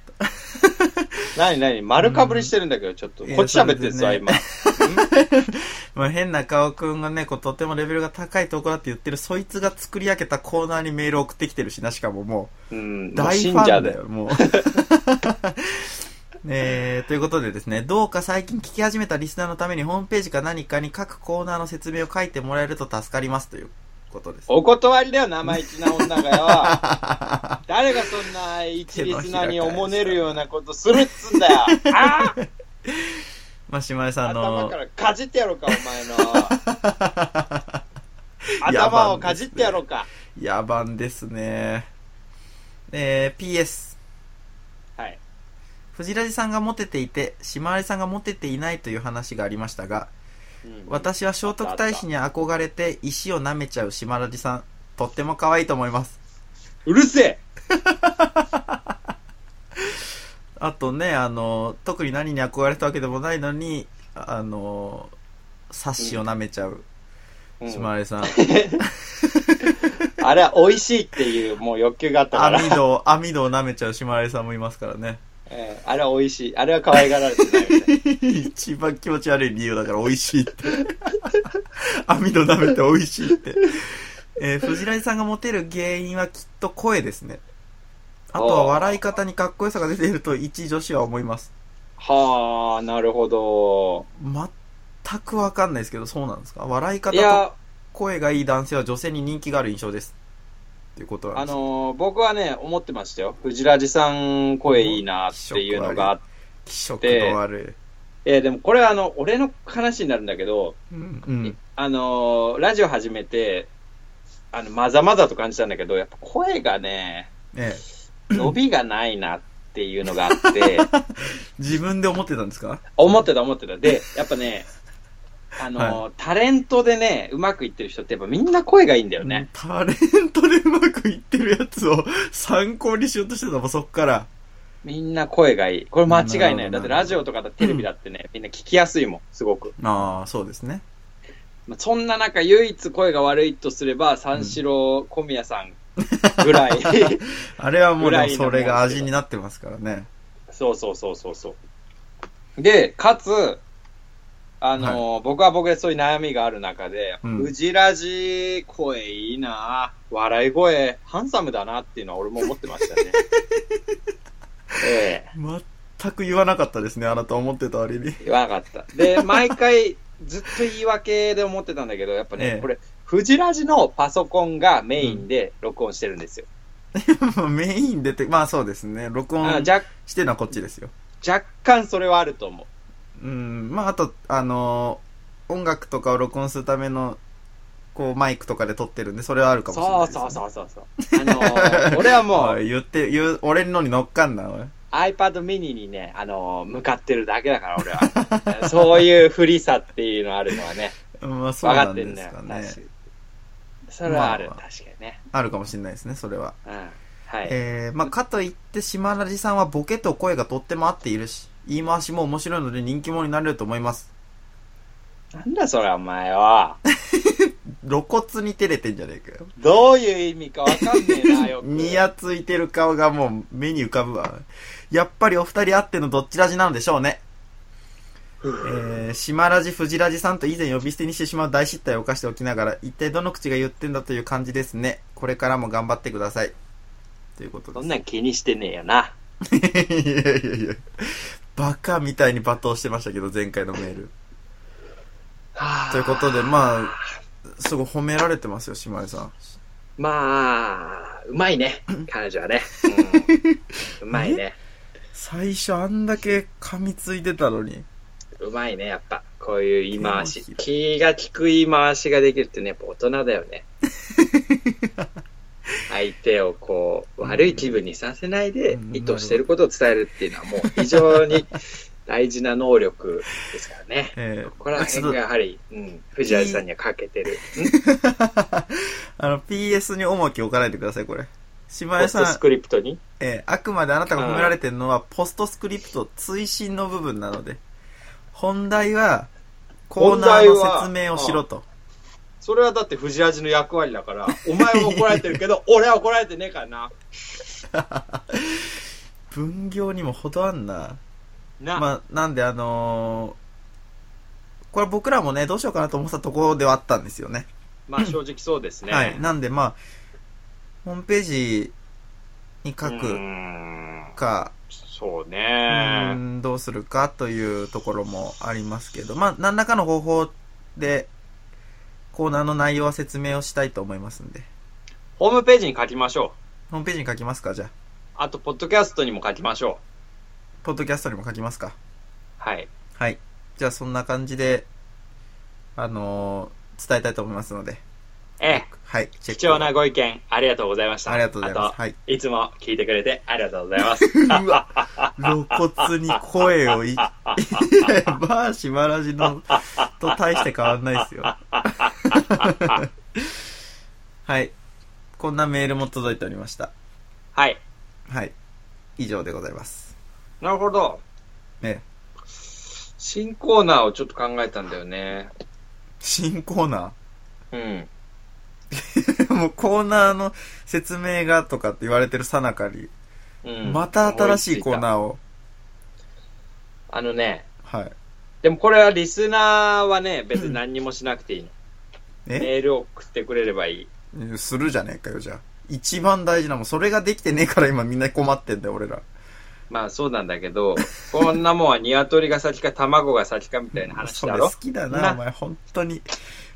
[SPEAKER 1] 何何丸かぶりしてるんだけど、ちょっと。
[SPEAKER 2] いや
[SPEAKER 1] こっち喋ってさ、
[SPEAKER 2] それで
[SPEAKER 1] 今。
[SPEAKER 2] まあ、変な顔くんがね、こう、とてもレベルが高いとこだって言ってる、そいつが作り上げたコーナーにメール送ってきてるしな、しかもも
[SPEAKER 1] うん。
[SPEAKER 2] う、
[SPEAKER 1] もう
[SPEAKER 2] 大
[SPEAKER 1] 信
[SPEAKER 2] ファ
[SPEAKER 1] 者
[SPEAKER 2] ン
[SPEAKER 1] だ
[SPEAKER 2] だ
[SPEAKER 1] よ。
[SPEAKER 2] よ、もう。 えー、ということでですね、どうか最近聞き始めたリスナーのためにホームページか何かに各コーナーの説明を書いてもらえると助かりますということです。
[SPEAKER 1] お断りだよ、生意気な女がよ。 誰がそんな一リスナーにおもねるようなことするっつんだよ。あー
[SPEAKER 2] まあ、島井さん
[SPEAKER 1] 頭
[SPEAKER 2] の
[SPEAKER 1] か、らかじってやろうか、お前 の。頭をかじってやろうか。
[SPEAKER 2] 野蛮ですね。えー、PS。
[SPEAKER 1] はい。
[SPEAKER 2] 藤ラジさんがモテていて、島まりさんがモテていないという話がありましたが、
[SPEAKER 1] うん
[SPEAKER 2] 私は聖徳太子に憧れて石を舐めちゃう島ラジさん、とっても可愛いと思います。
[SPEAKER 1] うるせえ
[SPEAKER 2] あとね、あの、特に何に憧れたわけでもないのに、あの、サッシを舐めちゃう
[SPEAKER 1] うん
[SPEAKER 2] 島まりさん。
[SPEAKER 1] あれは美味しいっていうもう欲求があったから、
[SPEAKER 2] 網戸を、網戸を舐めちゃう島まりさんもいますからね。
[SPEAKER 1] ええあれは美味しい。あれは可愛がられてない みたい。
[SPEAKER 2] 一番気持ち悪い理由だから美味しいって。 網戸舐めて美味しいって。えー、藤波さんがモテる原因はきっと声ですね。あとは笑い方にかっこよさが出ていると一女子は思います。
[SPEAKER 1] はあ、なるほど。
[SPEAKER 2] 全くわかんないですけど、そうなんですか笑い方
[SPEAKER 1] い
[SPEAKER 2] と
[SPEAKER 1] や、
[SPEAKER 2] 声がいい男性は女性に人気がある印象です。っていうことなん
[SPEAKER 1] あ
[SPEAKER 2] です。
[SPEAKER 1] のー僕はね、思ってましたよ。藤ラジさん声いいなっていうのがあって。
[SPEAKER 2] 気色の悪
[SPEAKER 1] えーでもこれはあの、俺の話になるんだけど、
[SPEAKER 2] い。うん。うん。
[SPEAKER 1] あのーラジオ始めて、あの、まざまざと感じたんだけど、やっぱ声がね、
[SPEAKER 2] ええ。
[SPEAKER 1] 伸びがないなっていうのがあ って、
[SPEAKER 2] 自分で思ってたんですか
[SPEAKER 1] 思ってた思ってた。で、やっぱね、あのータレントでね、うまくいってる人ってやっぱみんな声がいいんだよね。
[SPEAKER 2] タレントでうまくいってるやつを参考にしようとしてたもん、そっから。
[SPEAKER 1] みんな声がいい。これ間違いない。
[SPEAKER 2] なるほど
[SPEAKER 1] だってラジオとかだテレビだってね、みんな聞きやすいもん、すごく。
[SPEAKER 2] ああ、そうですね。
[SPEAKER 1] まあ、そんな中、唯一声が悪いとすれば、三四郎小宮さんぐ らい。
[SPEAKER 2] あれはもう、
[SPEAKER 1] ぐ
[SPEAKER 2] で
[SPEAKER 1] ら
[SPEAKER 2] も
[SPEAKER 1] いの
[SPEAKER 2] それが味になってますからね。
[SPEAKER 1] そうそうそうそうそう。で、かつ、あのー僕は僕でそういう悩みがある中で、
[SPEAKER 2] うん
[SPEAKER 1] うじらじ声いいな笑い声、ハンサムだなっていうのは俺も思ってました ね。ええ
[SPEAKER 2] 全く言わなかったですね、あなた思ってた割に。
[SPEAKER 1] 言わなかった。で、毎回ずっと言い訳で思ってたんだけど、やっぱね、
[SPEAKER 2] ええ
[SPEAKER 1] これ、フジラジのパソコンがメインで録音してるんですよ。
[SPEAKER 2] まあメイン出て、まあそうですね。録
[SPEAKER 1] あ
[SPEAKER 2] 音
[SPEAKER 1] 若
[SPEAKER 2] してるのはこっちですよ。
[SPEAKER 1] 若干それはあると思う。
[SPEAKER 2] うん、まああと、あのー音楽とかを録音するための、こう、マイクとかで撮ってるんで、それはあるかもしれない
[SPEAKER 1] そう
[SPEAKER 2] です、。
[SPEAKER 1] そうそううそうそう。あの ー俺はも
[SPEAKER 2] お
[SPEAKER 1] う
[SPEAKER 2] い言って、言う、俺のに乗っかんな、おい。
[SPEAKER 1] iPad mini にね、あのー向かってるだけだから俺は。そういう不利さっていうのあるのはね、
[SPEAKER 2] まあ そう
[SPEAKER 1] 分
[SPEAKER 2] な
[SPEAKER 1] かっ
[SPEAKER 2] ん
[SPEAKER 1] て
[SPEAKER 2] で
[SPEAKER 1] んだ
[SPEAKER 2] す
[SPEAKER 1] よ。
[SPEAKER 2] か
[SPEAKER 1] 確
[SPEAKER 2] ね。
[SPEAKER 1] かにそれはある、
[SPEAKER 2] まあまあ
[SPEAKER 1] 確かにね。
[SPEAKER 2] あるかもしれないですね、それは。
[SPEAKER 1] うん。はい。
[SPEAKER 2] えー、まあ、かといって、島ラジさんはボケと声がとっても合っているし、言い回しも面白いので人気者になれると思います。
[SPEAKER 1] なんだそれお前は。
[SPEAKER 2] 露骨に照れてんじゃねえかよ。
[SPEAKER 1] どういう意味かわかんねえな、よく。
[SPEAKER 2] にやつ いてる顔がもう目に浮かぶわ。やっぱりお二人あってのどっちラジなのでしょうね。えー、島ラジ、フジラジさんと以前呼び捨てにしてしまう大失態を犯しておきながら、一体どの口が言ってんだという感じですね。これからも頑張ってください。ということで
[SPEAKER 1] そ
[SPEAKER 2] す。
[SPEAKER 1] んなん気にしてねえよな。
[SPEAKER 2] いやいやいや。バカみたいに罵倒してましたけど、前回のメール。
[SPEAKER 1] はあ
[SPEAKER 2] ということで、まあ、すごい褒められてますよ、島根さん。
[SPEAKER 1] まあ、うまいね。彼女はね。うん、うまいね。
[SPEAKER 2] 最初あんだけ噛みついてたのに。
[SPEAKER 1] うまいね、やっぱ。こういう言い回し
[SPEAKER 2] 手。の
[SPEAKER 1] 気が利く言い回しができるってね、やっぱ大人だよ ね。相手をこう、悪い気分にさせないで
[SPEAKER 2] うん、
[SPEAKER 1] 意図してることを伝えるっていうのはもう非常に大事な能力ですからね。
[SPEAKER 2] えー
[SPEAKER 1] ここら辺がやはり、うん、藤原さんには欠けてる。
[SPEAKER 2] あの、PS に重きを置かないでください、これ。島
[SPEAKER 1] ポ
[SPEAKER 2] 根
[SPEAKER 1] スト
[SPEAKER 2] さ
[SPEAKER 1] ス
[SPEAKER 2] ん、
[SPEAKER 1] クリプトに
[SPEAKER 2] えーあくまであなたが褒められてるのは、ポストスクリプト追伸の部分なので、本題は、コーナーの説明をしろと。
[SPEAKER 1] それはだって藤原の役割だから、 お前は怒られてるけど、 俺は怒られてねえからな。
[SPEAKER 2] 分業にも程あんな。
[SPEAKER 1] な、
[SPEAKER 2] まあ、なんであのーこれ僕らもね、どうしようかなと思ったところではあったんですよね。
[SPEAKER 1] まあ正直そうですね。
[SPEAKER 2] はい。なんでまあ、ホームページに書
[SPEAKER 1] うー
[SPEAKER 2] く
[SPEAKER 1] ん
[SPEAKER 2] か、
[SPEAKER 1] そう
[SPEAKER 2] う
[SPEAKER 1] ね
[SPEAKER 2] ー。ん、どうするかというところもありますけど、まあ、何らかの方法で、コーナーの内容は説明をしたいと思いますんで。
[SPEAKER 1] ホームページに書きましょう。
[SPEAKER 2] ホームページに書きますかじゃあ。
[SPEAKER 1] あと、ポッドキャストにも書きましょ
[SPEAKER 2] ポッドキャストにも書きますか
[SPEAKER 1] う。はい。
[SPEAKER 2] はい。じゃあそんな感じで、あのー伝えたいと思いますので。
[SPEAKER 1] ええ、
[SPEAKER 2] はい。チェック
[SPEAKER 1] 貴重なご意見ありがとうございました。
[SPEAKER 2] ありがとうございま
[SPEAKER 1] あ
[SPEAKER 2] す
[SPEAKER 1] と
[SPEAKER 2] はい
[SPEAKER 1] いつも聞いてくれてありがとうござい ます。
[SPEAKER 2] うわ、露骨に声をい、いやまあ、しばらじの、と大して変わんないですよ。 はい。こんなメールも届いておりました。
[SPEAKER 1] はい。
[SPEAKER 2] はい。以上でございます。
[SPEAKER 1] なるほど。
[SPEAKER 2] ね
[SPEAKER 1] 新コーナーをちょっと考えたんだよね。
[SPEAKER 2] 新コーナ
[SPEAKER 1] うん。
[SPEAKER 2] ー もうコーナーの説明がとかって言われてるさなかに、
[SPEAKER 1] うん、
[SPEAKER 2] また新しいコー
[SPEAKER 1] ー。
[SPEAKER 2] ナーを、
[SPEAKER 1] あのね、
[SPEAKER 2] はい。
[SPEAKER 1] でもこれはリスナーはね、別に何にもしなくていいの。
[SPEAKER 2] え
[SPEAKER 1] メールを送ってくれればいい。
[SPEAKER 2] するじゃねえかよ、じゃあ。一番大事なもん、それができてねえから今みんな困ってんだよ、俺ら。
[SPEAKER 1] まあそうなんだけど、 こんなもんは鶏が先か卵が先かみたいな話
[SPEAKER 2] そ
[SPEAKER 1] だ
[SPEAKER 2] れ
[SPEAKER 1] ろ
[SPEAKER 2] 好。きだ
[SPEAKER 1] な
[SPEAKER 2] な、お前、本当に。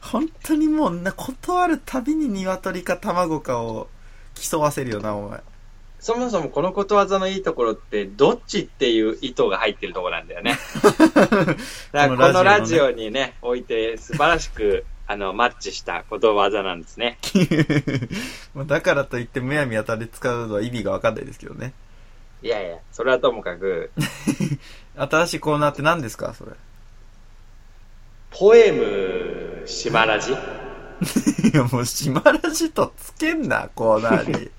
[SPEAKER 2] 本当にもうな、断るたびに鶏か卵かを競わせるよな、お前。
[SPEAKER 1] そもそもこのことわざのいいところって、どっちっていう意図が入ってるところなんだ よね。だからこのラジオにね、おいて素晴らしく、 あの、マッチしたことわざなんですね。
[SPEAKER 2] まあだからといって、むやみやたり使うのは意味がわかんないですけどね。
[SPEAKER 1] いやいや、それはともかく、
[SPEAKER 2] 新しいコーナーって何ですか、それ。
[SPEAKER 1] ポエム、島ラジ。
[SPEAKER 2] いや、もう、島らじとつけんな、コーナ ーに。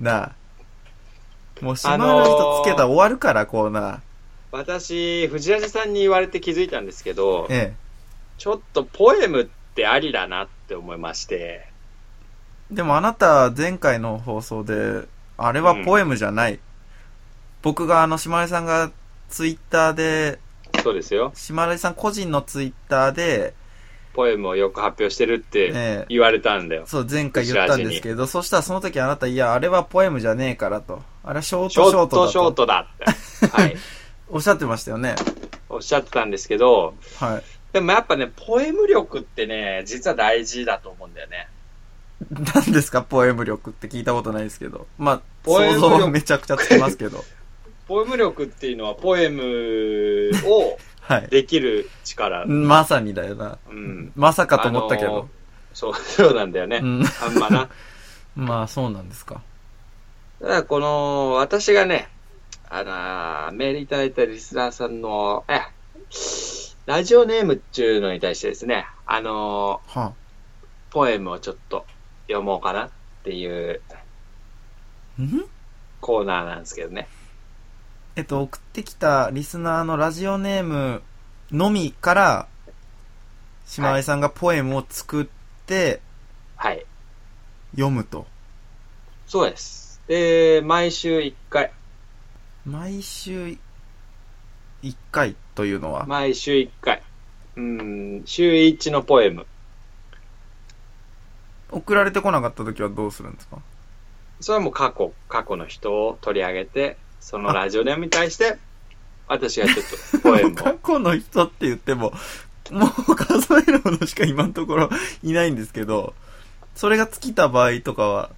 [SPEAKER 2] なあ。もう、島らじとつけたら終わるから、コーナー。
[SPEAKER 1] 私、藤ラジさんに言われて気づいたんですけど、
[SPEAKER 2] ええ。
[SPEAKER 1] ちょっとポエムってありだなって思いまして、
[SPEAKER 2] でもあなた、前回の放送で、あれはポエムじゃない。僕が、あの、島根さんが、ツイッターで、
[SPEAKER 1] そうですよ。
[SPEAKER 2] 島根さん個人のツイッターで、
[SPEAKER 1] ポエムをよく発表してるって
[SPEAKER 2] ええ
[SPEAKER 1] 言われたんだよ。
[SPEAKER 2] そう、前回言ったんですけど、そしたらその時あなた、いや、あれはポエムじゃねえからと。あれはショー
[SPEAKER 1] ショ
[SPEAKER 2] トショ
[SPEAKER 1] ー
[SPEAKER 2] ート
[SPEAKER 1] ト
[SPEAKER 2] だ
[SPEAKER 1] ショー
[SPEAKER 2] と。
[SPEAKER 1] トだって。 はい。
[SPEAKER 2] おっしゃってましたよね。
[SPEAKER 1] おっしゃってたんですけど、
[SPEAKER 2] はい。
[SPEAKER 1] でもやっぱね、ポエム力ってね、実は大事だと思うんだよね。
[SPEAKER 2] 何ですか、ポエム力って聞いたことないですけど。まあ、
[SPEAKER 1] ポエム
[SPEAKER 2] 想
[SPEAKER 1] 力
[SPEAKER 2] 像はめちゃくちゃつきますけど。
[SPEAKER 1] ポエム力っていうのは、ポエム を
[SPEAKER 2] はい。
[SPEAKER 1] できる力。
[SPEAKER 2] まさにだよな。
[SPEAKER 1] うん。
[SPEAKER 2] まさかと思ったけど。
[SPEAKER 1] そう、 そうなんだよね。
[SPEAKER 2] うん。
[SPEAKER 1] あんまな。
[SPEAKER 2] まあ、そうなんですか。
[SPEAKER 1] ただ、この、私がね、あのーメールいただいたリスナーさんの、え、ラジオネームっていうのに対してですね、あの
[SPEAKER 2] は
[SPEAKER 1] ーポエムをちょっと読もうかなっていう
[SPEAKER 2] あ、ん
[SPEAKER 1] コーナーなんですけどね。
[SPEAKER 2] えっと、送ってきたリスナーのラジオネームのみから、島井さんがポエムを作って
[SPEAKER 1] はい。
[SPEAKER 2] 読むと。
[SPEAKER 1] そうです。で、毎週1回。
[SPEAKER 2] 毎週1回。というのは。
[SPEAKER 1] 毎週1回。うん、週1のポエム。
[SPEAKER 2] 送られてこなかった時はどうするんですか
[SPEAKER 1] それはもう過去、過去の人を取り上げて、そのラジオネームに対して、私がちょっとポエム
[SPEAKER 2] 過
[SPEAKER 1] を。
[SPEAKER 2] 去の人って言っても、もう数えるほどしか今のところいないんですけど、それが尽きた場合とかは、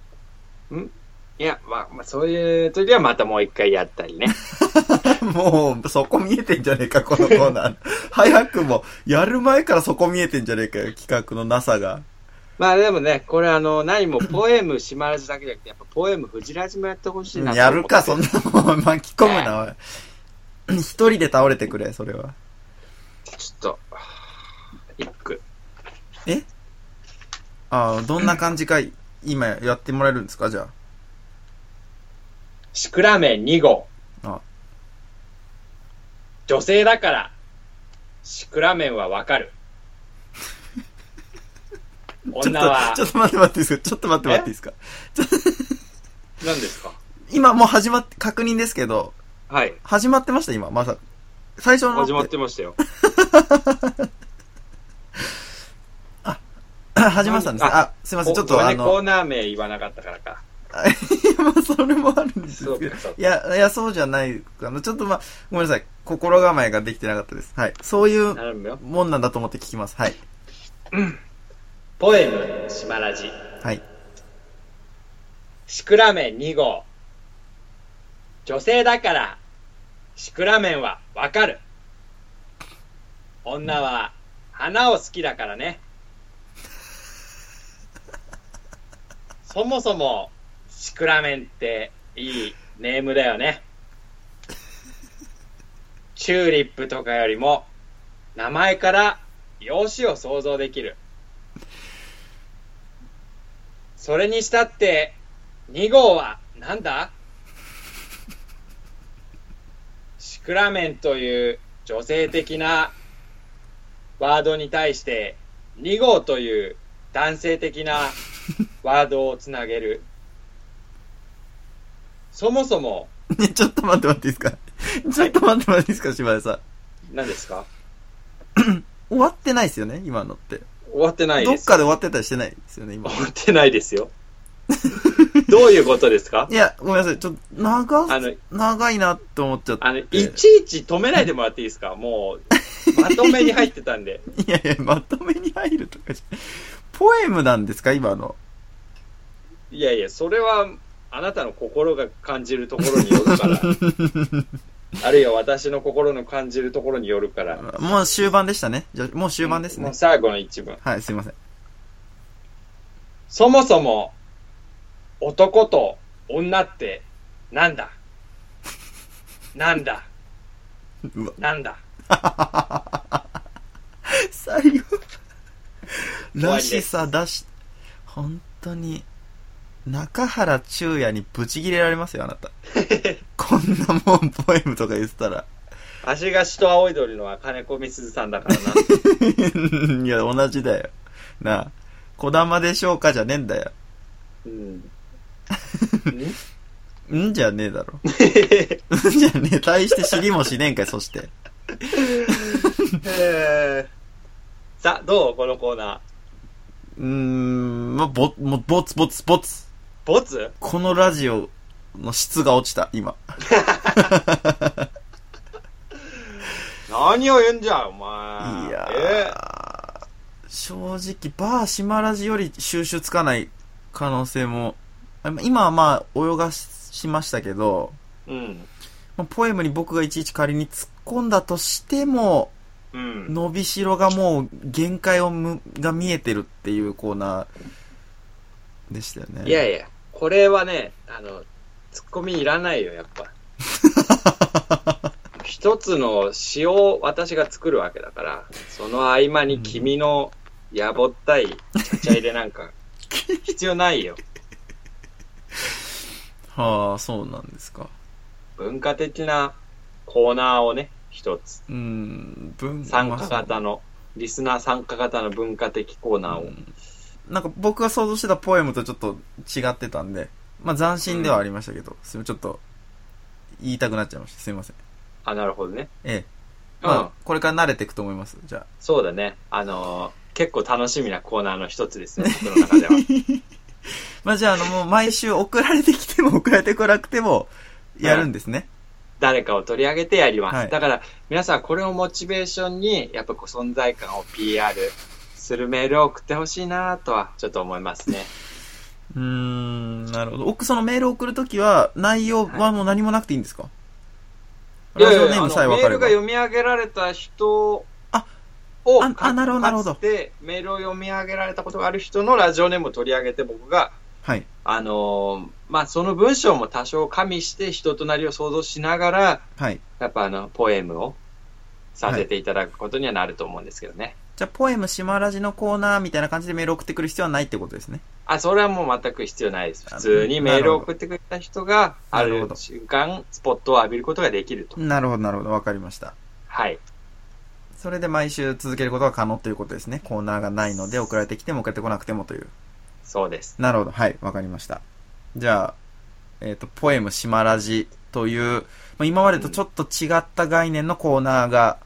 [SPEAKER 1] いや、まあ、まあ、そういう時はまたもう一回やった りね。
[SPEAKER 2] もうそこ見えてんじゃねえか、このコー ナー。早くも、やる前からそこ見えてんじゃねえかよ、企画のなさが。
[SPEAKER 1] まあでもね、これあの、何もポエム島ラジだけじゃなくて、やっぱポエム藤ラジもやってほしいなと思
[SPEAKER 2] や
[SPEAKER 1] って
[SPEAKER 2] るか、そんなもん。巻き込むな、おい。一人で倒れてくれ、それは。
[SPEAKER 1] ちょっと、一句。
[SPEAKER 2] ああ、どんな感じか、今やってもらえるんですか、じゃあ。
[SPEAKER 1] シクラメン2号。
[SPEAKER 2] あ
[SPEAKER 1] 女性だから、シクラメンはわかる。
[SPEAKER 2] ちょっ
[SPEAKER 1] 女は、
[SPEAKER 2] と、ちょっと待って待っていいですかちょっと待って待っていいですか
[SPEAKER 1] 何ですか
[SPEAKER 2] 今もう始まって、確認ですけど、
[SPEAKER 1] はい。
[SPEAKER 2] 始まってました、今、まさ最初の。
[SPEAKER 1] 始まっ。てましたよ。
[SPEAKER 2] 始まってたんですね。
[SPEAKER 1] あ
[SPEAKER 2] あ、すいません、ちょっ
[SPEAKER 1] ご
[SPEAKER 2] と
[SPEAKER 1] めん
[SPEAKER 2] あ
[SPEAKER 1] ねコー
[SPEAKER 2] の、
[SPEAKER 1] ナー名言わなかったからか。
[SPEAKER 2] まあ、それもあるんです
[SPEAKER 1] そう
[SPEAKER 2] けど
[SPEAKER 1] かそう。か
[SPEAKER 2] いや、いや、そうじゃないかな。ちょっとまあ、ごめんなさい。心構えができてなかったです。はい。そういう
[SPEAKER 1] 頼むよ。
[SPEAKER 2] もんなんだと思って聞きます。はい。
[SPEAKER 1] ポエム、島ラジ。
[SPEAKER 2] はい。
[SPEAKER 1] シクラメン2号。女性だから、シクラメンはわかる。女は花を好きだからね。そもそも、シクラメンっていいネームだよね。チューリップとかよりも、名前から容姿を想像できる。それにしたって、2号はなんだシクラメンという女性的なワードに対して2号という男性的 なワードをつなげる。そもそも
[SPEAKER 2] ね、ちょっと待って待っていいですか。ちょっと待って待っていいです か、柴田さん。
[SPEAKER 1] 何ですか
[SPEAKER 2] 終わってないですよね、今のって。
[SPEAKER 1] 終わってない
[SPEAKER 2] ど
[SPEAKER 1] で
[SPEAKER 2] っ
[SPEAKER 1] す。
[SPEAKER 2] かで終わってたりしてないですよね、今。
[SPEAKER 1] 終わってないです よ。どういうことですか
[SPEAKER 2] いや、ごめんなさい。ちょっと、長
[SPEAKER 1] あの
[SPEAKER 2] す、長いなって思っちゃって。
[SPEAKER 1] あの、いちいち止めないでもらっていいですかもう、まとめに入ってたんで。
[SPEAKER 2] いやいや、まとめに入るとかしポエムなんですか、今の。
[SPEAKER 1] いやいや、それは、あなたの心が感じるところによる から。あるいは私の心の感じるところによるから。
[SPEAKER 2] もう終盤でしたね。じゃあもう終盤です
[SPEAKER 1] も
[SPEAKER 2] ね
[SPEAKER 1] う。最後の一文。
[SPEAKER 2] はい、すいません。
[SPEAKER 1] そもそも、男と女って、なんだなんだ
[SPEAKER 2] うわ、
[SPEAKER 1] なんだ
[SPEAKER 2] 最後。
[SPEAKER 1] 終わ
[SPEAKER 2] ら
[SPEAKER 1] りで
[SPEAKER 2] し
[SPEAKER 1] す
[SPEAKER 2] さ出し、本当に、中原中也にブチギレられますよ、あなた。 こんなもん、ポエムとか言ってたら。
[SPEAKER 1] 足がしと青い鳥のは金子みすずさんだからな。
[SPEAKER 2] いや、同じだよ。なあ、こだまでしょうかじゃねえんだよ。
[SPEAKER 1] うん。ん
[SPEAKER 2] んじゃねえだ ろ。んじゃねえ。対して知りもしねえんかい、そして。
[SPEAKER 1] へーさあ、どうこのコーナ
[SPEAKER 2] うーん、まあ、ぼ、もう、ぼつぼつぼつ。
[SPEAKER 1] ー。ボツ
[SPEAKER 2] このラジオの質が落ちた、今。
[SPEAKER 1] 何を言うんじゃん、お
[SPEAKER 2] い
[SPEAKER 1] 前。
[SPEAKER 2] や
[SPEAKER 1] え
[SPEAKER 2] ー、正直、バー島ラジより収集つかない可能性も、あ今はまあ、泳がしましたけど、
[SPEAKER 1] うん。
[SPEAKER 2] まあ、ポエムに僕がいちいち仮に突っ込んだとしても、
[SPEAKER 1] うん。
[SPEAKER 2] 伸びしろがもう限界をむが見えてるっていうコーナーでしたよね。
[SPEAKER 1] いやいや、これはね、あの、ツッコミいらないよ、やっ ぱ。一つの詩を私が作るわけだから、その合間に君のやぼったいちゃちゃ入れなんか、必要ないよ。
[SPEAKER 2] はあ、そうなんですか。
[SPEAKER 1] 文化的なコーナーをね、一つ。
[SPEAKER 2] うーん、文
[SPEAKER 1] 参加型
[SPEAKER 2] の
[SPEAKER 1] の、リスナー参加型の文化的コーナーを。
[SPEAKER 2] なんか僕が想像してたポエムとちょっと違ってたんで、まあ斬新ではありましたけど、すいませんちょっと言いたくなっちゃいました。すいません。
[SPEAKER 1] あ、なるほどね。
[SPEAKER 2] ええ。まあ、これから慣れていくと思います。じゃあ。
[SPEAKER 1] そうだね。あのー結構楽しみなコーナーの一つですね、僕の中では。
[SPEAKER 2] まあ、じゃあ、あの、もう毎週送られてきても 送られてこなくても、やるんですね。
[SPEAKER 1] 誰かを取り上げてやります。
[SPEAKER 2] はい
[SPEAKER 1] だから、皆さんこれをモチベーションに、やっぱこう存在感を PR するメールを送ってほしいなとは、ちょっと思いますね。
[SPEAKER 2] うーん、なるほど。奥そのメールを送るときは、内容はもう何もなくていいんですか、ラジオネームさえ分かれば
[SPEAKER 1] い。やいやあのメールが読み上げられた人
[SPEAKER 2] あ
[SPEAKER 1] を
[SPEAKER 2] ああなるほどなるほど
[SPEAKER 1] かつてメールを読み上げられたことがある人のラジオネームを取り上げて僕が、
[SPEAKER 2] はい。
[SPEAKER 1] あのーまあ、その文章も多少加味して人となりを想像しながら、
[SPEAKER 2] はい。
[SPEAKER 1] やっぱあの、ポエムをさせていただくことにはなると思うんですけどね。
[SPEAKER 2] じゃあ、ポエム島ラジのコーナーみたいな感じでメール送ってくる必要はないってことですね。
[SPEAKER 1] あ、それはもう全く必要ないです。普通にメールを送ってくれた人が、あ
[SPEAKER 2] なるほ
[SPEAKER 1] る
[SPEAKER 2] ど
[SPEAKER 1] 瞬間、スポットを浴びることができると。
[SPEAKER 2] なるほど、なるほど。わかりました。
[SPEAKER 1] はい。
[SPEAKER 2] それで毎週続けることが可能ということですね。コーナーがないので、送られてきても送られてこなくてもという。
[SPEAKER 1] そうです。
[SPEAKER 2] なるほど。はい。わかりました。じゃあ、えっ、と、ポエム島ラジという、まあ、今までとちょっと違った概念のコーナーが